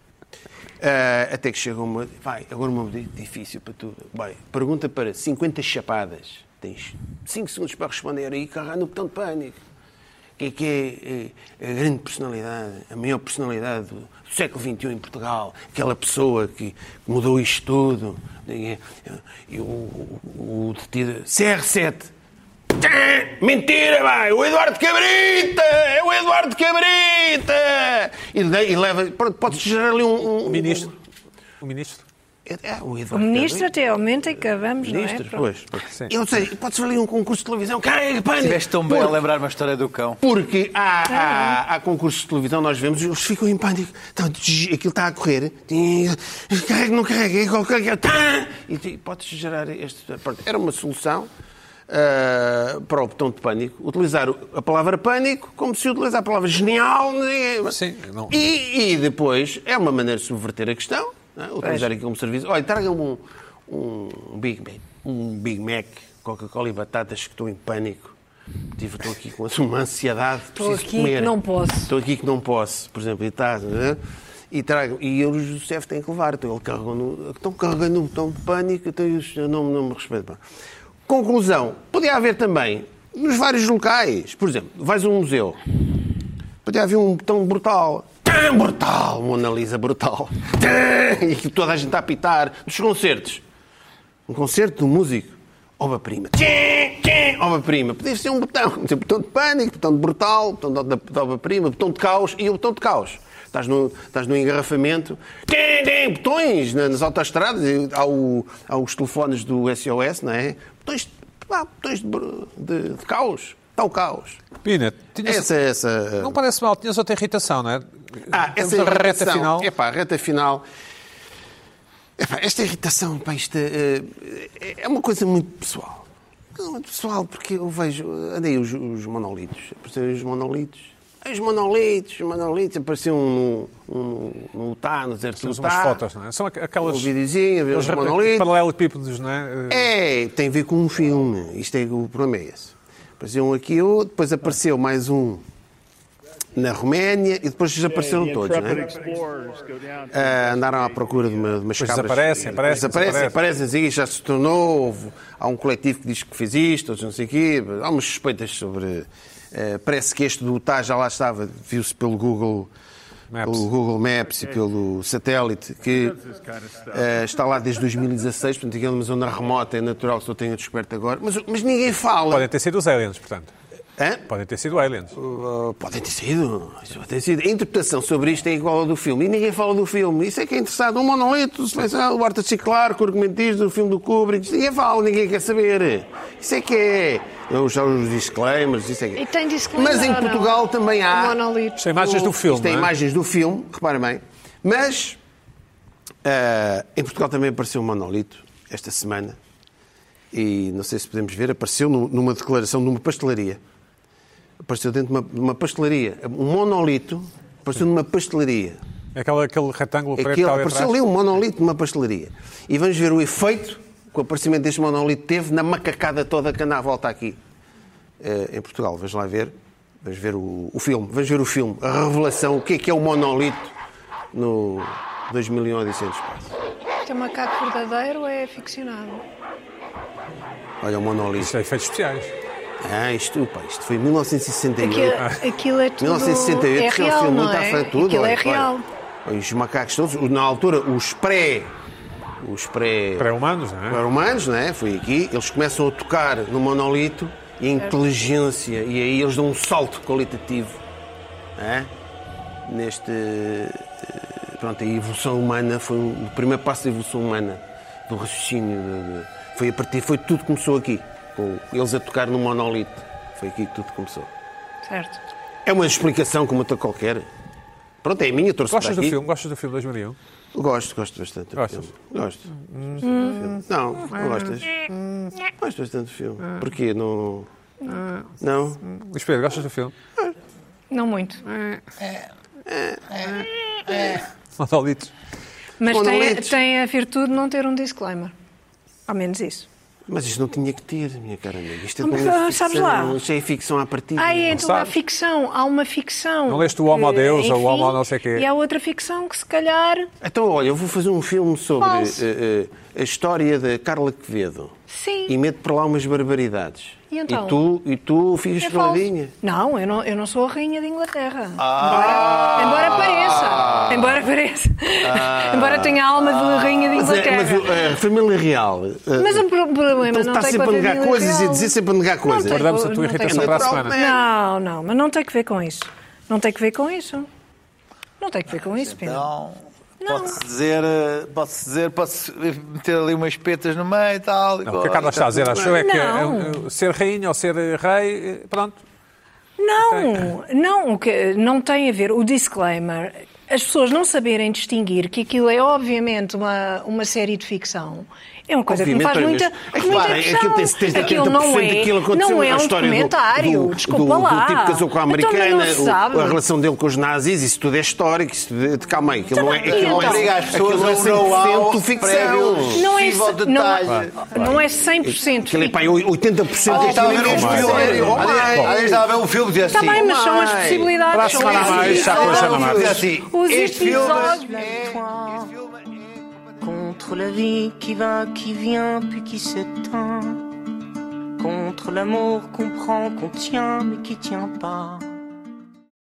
B: ah, até que chega uma. Vai, agora uma di- é difícil para tu. Vai, pergunta para 50 chapadas. Tens 5 segundos para responder aí, carregar no botão de pânico. Quem é que é, é a grande personalidade, a maior personalidade do século XXI em Portugal? Aquela pessoa que mudou isto tudo. E, e o, o, o detido. CR7. Tchê! Mentira, vai! O Eduardo Cabrita! É o Eduardo Cabrita! E, de- e leva. Pronto, pode gerar ali um. um
A: O ministro. O ministro.
B: um- é, o Eduardo
C: O ministro
B: Cabrita.
C: até aumenta e acabamos, não é?
B: Ministro,
C: Pronto.
B: pois.
A: Sim.
B: Eu sei, pode-se ver ali um concurso de televisão. Caralho, pânico!
D: Estiveste tão bem a
B: Porque-
D: lembrar-me a história do cão.
B: Porque há, há, há concursos de televisão, nós vemos, eles ficam em pânico. Então, tch, aquilo está a correr. Carrega, não carrega. é qualquer- qualquer- tá! E tu- podes gerar este. pronto, Era uma solução ah, para o botão de pânico. Utilizar o- a palavra pânico como se utilizasse a palavra genial. né?
A: Sim, não-
B: E, e depois é uma maneira de subverter a questão. Né? Utilizar aquilo como serviço. Olha, traga-me um, um Big Mac, um Big Mac, Coca-Cola e batatas que estou em pânico. Tive, estou aqui com uma ansiedade.
C: Estou
B: preciso
C: aqui
B: comer.
C: que não posso.
B: Estou aqui que não posso, por exemplo, e tá, né? E trago. E eu, o Josef tem que levar. Então ele carregou no. Estão carregando no botão de pânico, então eu eu não, não me respeito. pá. Conclusão: podia haver também, nos vários locais, por exemplo, vais a um museu, podia haver um botão brutal. Tã, Brutal! Mona Lisa brutal. Tã, E que toda a gente a apitar nos concertos. Um concerto de um músico. Oba prima. Tchim, tchim, Oba prima. Podia ser um botão. (laughs) Podia ser botão de pânico, botão de brutal, botão de, de- de oba prima, botão de caos e o botão de caos. Estás no, estás no engarrafamento. Tchim, tchim, Botões na- nas autoestradas. e Há, o- há os telefones do SOS, não é? Botões, ah, botões de, br- de, de caos. Está o caos.
A: Pina, tinhas...
B: Essa, essa...
A: não parece mal, tinhas outra irritação, não é?
B: Ah,
A: Temos
B: essa
A: a reta
B: irritação. é
A: final.
B: Epá, a reta final. Epá, esta irritação, pá, isto, eh, eh, é uma coisa muito pessoal. É Muito pessoal, porque eu vejo. Andei os, os monolitos. Apareceram os monolitos. Ah, Os monolitos, os monolitos. Apareceu um no um, no Utah, no deserto do
A: Temos
B: Utah.
A: umas fotos, não é? São aqu- aquelas...
B: Um videozinho, ver
A: Os
B: os monolitos.
A: paralelepípedos, não é?
B: É, tem a ver com um filme. Isto é, o problema é esse. Apareceu um aqui, outro, depois apareceu mais um na Roménia e depois desapareceram
G: The
B: todos, não
G: intrepid
B: é?
G: explorers go down to
B: Ah, andaram à procura de, uma, de umas
A: Depois
B: cabras.
A: desaparecem, aparecem,
B: Depois desaparecem,
A: desaparecem.
B: aparecem, assim, já se tornou. houve- há um coletivo que diz que fez isto, outros não sei o quê. Há umas suspeitas sobre. eh, parece que este do Utah já lá estava, viu-se pelo Google.
A: Maps.
B: Pelo Google Maps e pelo satélite, que eh, está lá desde 2016, portanto, aquilo é uma zona remota, é natural que só tenha descoberto agora. Mas, mas ninguém fala.
A: Podem ter sido os aliens, portanto.
B: Hã?
A: Podem ter sido aliens.
B: Uh, Podem ter sido. Isso pode ter sido. A interpretação sobre isto é igual ao do filme. E ninguém fala do filme. Isso é que é interessado. Um monolito, selecionado, o Arthur C. Clarke, o argumentista, o filme do Kubrick. Ninguém fala, ninguém quer saber. Isso é que é. Eu já os disclaimers, isso é que é.
C: E tem disclaimer
B: Mas em
C: ou não?
B: Portugal também há.
C: O monolito.
A: Isto é imagens do filme,
B: Isto é
A: não é?
B: imagens do filme, reparem bem. Mas ah, em Portugal também apareceu um monolito esta semana. E não sei se podemos ver, apareceu nu- numa declaração de uma pastelaria. Apareceu dentro de uma, de uma pastelaria. Um monolito apareceu numa pastelaria.
A: Aquele, aquele retângulo preto que
B: Aquilo,
A: está ali
B: apareceu
A: atrás.
B: ali um monolito numa pastelaria. E vamos ver o efeito que o aparecimento deste monolito teve na macacada toda que anda à volta aqui eh, em Portugal. Vamos lá ver. Vamos ver o, o filme. Vamos ver o filme. A revelação. O que é que é o monolito no 2001 Odisseia do Espaço.
C: Isto é macaco verdadeiro ou é ficcionado?
B: Olha o monolito.
A: Isto é efeitos especiais.
B: Ah, isto, opa, isto foi em 1968.
A: Ah.
C: Aquilo, aquilo é tudo.
B: 1968
C: é
B: que
C: real,
B: um filme
C: não
B: muito à
C: é?
B: frente de tudo.
C: Aquilo é
B: olha,
C: real.
B: olha. Olha, os macacos todos, na altura, os pré. Os pré.
A: Pré-humanos, não é?
B: para humanos, não é? Foi aqui, eles começam a tocar no monolito e a inteligência, e aí eles dão um salto qualitativo, não é? Neste. eh, Pronto, a evolução humana foi um, o primeiro passo da evolução humana, do raciocínio. de- de- foi a partir, foi tudo que começou aqui, com eles a tocar no monolito. Foi aqui que tudo começou.
C: Certo.
B: É uma explicação como outra qualquer. Pronto, é a minha, torço
A: Gostas
B: para
A: do
B: aqui.
A: filme? Gostas do filme 2001?
B: Gosto, gosto bastante do
A: Gostas?
B: filme. Gosto.
C: Hum.
B: Gosto do filme. Não, não gostas? Gosto bastante do filme.
C: Hum.
B: Porquê? Não. Não?
A: Luís Pedro, gostas do filme? (laughs)
C: Não muito.
B: é?
A: Monolitos.
C: Mas tem,
B: Monolitos.
C: tem a virtude de não ter um disclaimer. Ao menos isso.
B: Mas isto não tinha que ter, minha cara amiga. Isto é
C: Mas,
B: uma
C: ah, sabes lá?
B: ficção, Isto é ficção à partida.
C: Ah, é, então há
A: sabe.
C: ficção, há uma ficção.
A: Não leste o Homo
C: que,
A: Deus ou o
C: enfim,
A: Homo não sei quê.
C: E há outra ficção que se calhar.
B: Então, olha, eu vou fazer um filme sobre
C: Falso.
B: eh, eh, a história da Carla Quevedo.
C: Sim.
B: E meto por lá umas barbaridades.
C: E então?
B: tu, e tu ficas
C: É falso.
B: caladinha.
C: Não, eu não, eu não sou a rainha de Inglaterra.
B: Ah!
C: Embora, embora pareça. Embora pareça. (laughs) embora tenha a alma de rainha de
B: Mas, é,
C: Inglaterra.
B: mas o- a família real. eh,
C: Mas um o pro- problema
B: Então
C: não
B: está
C: tem
B: sempre
C: com
B: a
C: a
B: negar
C: família
B: coisas e
C: real.
B: a dizer sempre a negar coisas.
C: tem-
A: Guardamos a
C: não
A: tua
C: tem
A: irritação
C: com-
A: para a
B: natural,
A: semana.
C: Não, não, mas não tem que ver com isso. Não tem que ver com isso. Não tem que ver com isso, Pedro.
D: Então, pode-se dizer, eh, pode-se dizer, pode-se meter ali umas petas no meio e tal.
A: Não, o que a Carla está a dizer, acho eu, é que
C: Não.
A: eh, eh, ser rainha ou ser eh, rei, eh, pronto.
C: Não, não, o que não tem a ver. O disclaimer, as pessoas não saberem distinguir que aquilo é obviamente uma, uma série de ficção. É uma coisa que me faz
B: Obviamente,
C: muita,
B: olha, mas- é
C: muita
B: Repara,
C: impressão.
B: aquilo tem 70,
C: Aquilo
B: 80%
C: não é,
B: daquilo que aconteceu
C: não é
B: na
C: um
B: história do-
C: documentário.
B: do-
C: desculpa
B: do-
C: lá.
B: Do tipo que casou com a
C: Então, mas
B: americana,
C: não se
B: o-
C: sabe.
B: a relação dele com os nazis, isso tudo é histórico. Isso tudo é, calma aí, aquilo não é,
C: Então,
B: aquilo não é,
C: então?
D: Obriga as pessoas
B: aquilo é
D: a um não
B: 100% ficção.
C: não é,
D: possível
C: se- não,
D: detalhe.
C: não é 100%
B: Aquilo é pá,
C: ficção.
B: 80%
D: Alguém estava a
B: daquilo
D: ver um
B: é
D: filme.
B: sério. Oh,
D: Alguém- Alguém
B: mãe.
D: estava a ver um filme e dizia assim...
C: Também, Tá mas são as
B: Mãe.
C: possibilidades.
A: Para a semana
C: são as
A: mais,
C: possibilidades.
A: está a coisa na
D: Dizia assim,
C: Os
D: este filme
C: episódios.
D: é- este filme é...
H: Contre la vie qui va, qui vient, puis qui s'éteint. Contre l'amour qu'on prend, qu'on tient, mais qui tient pas.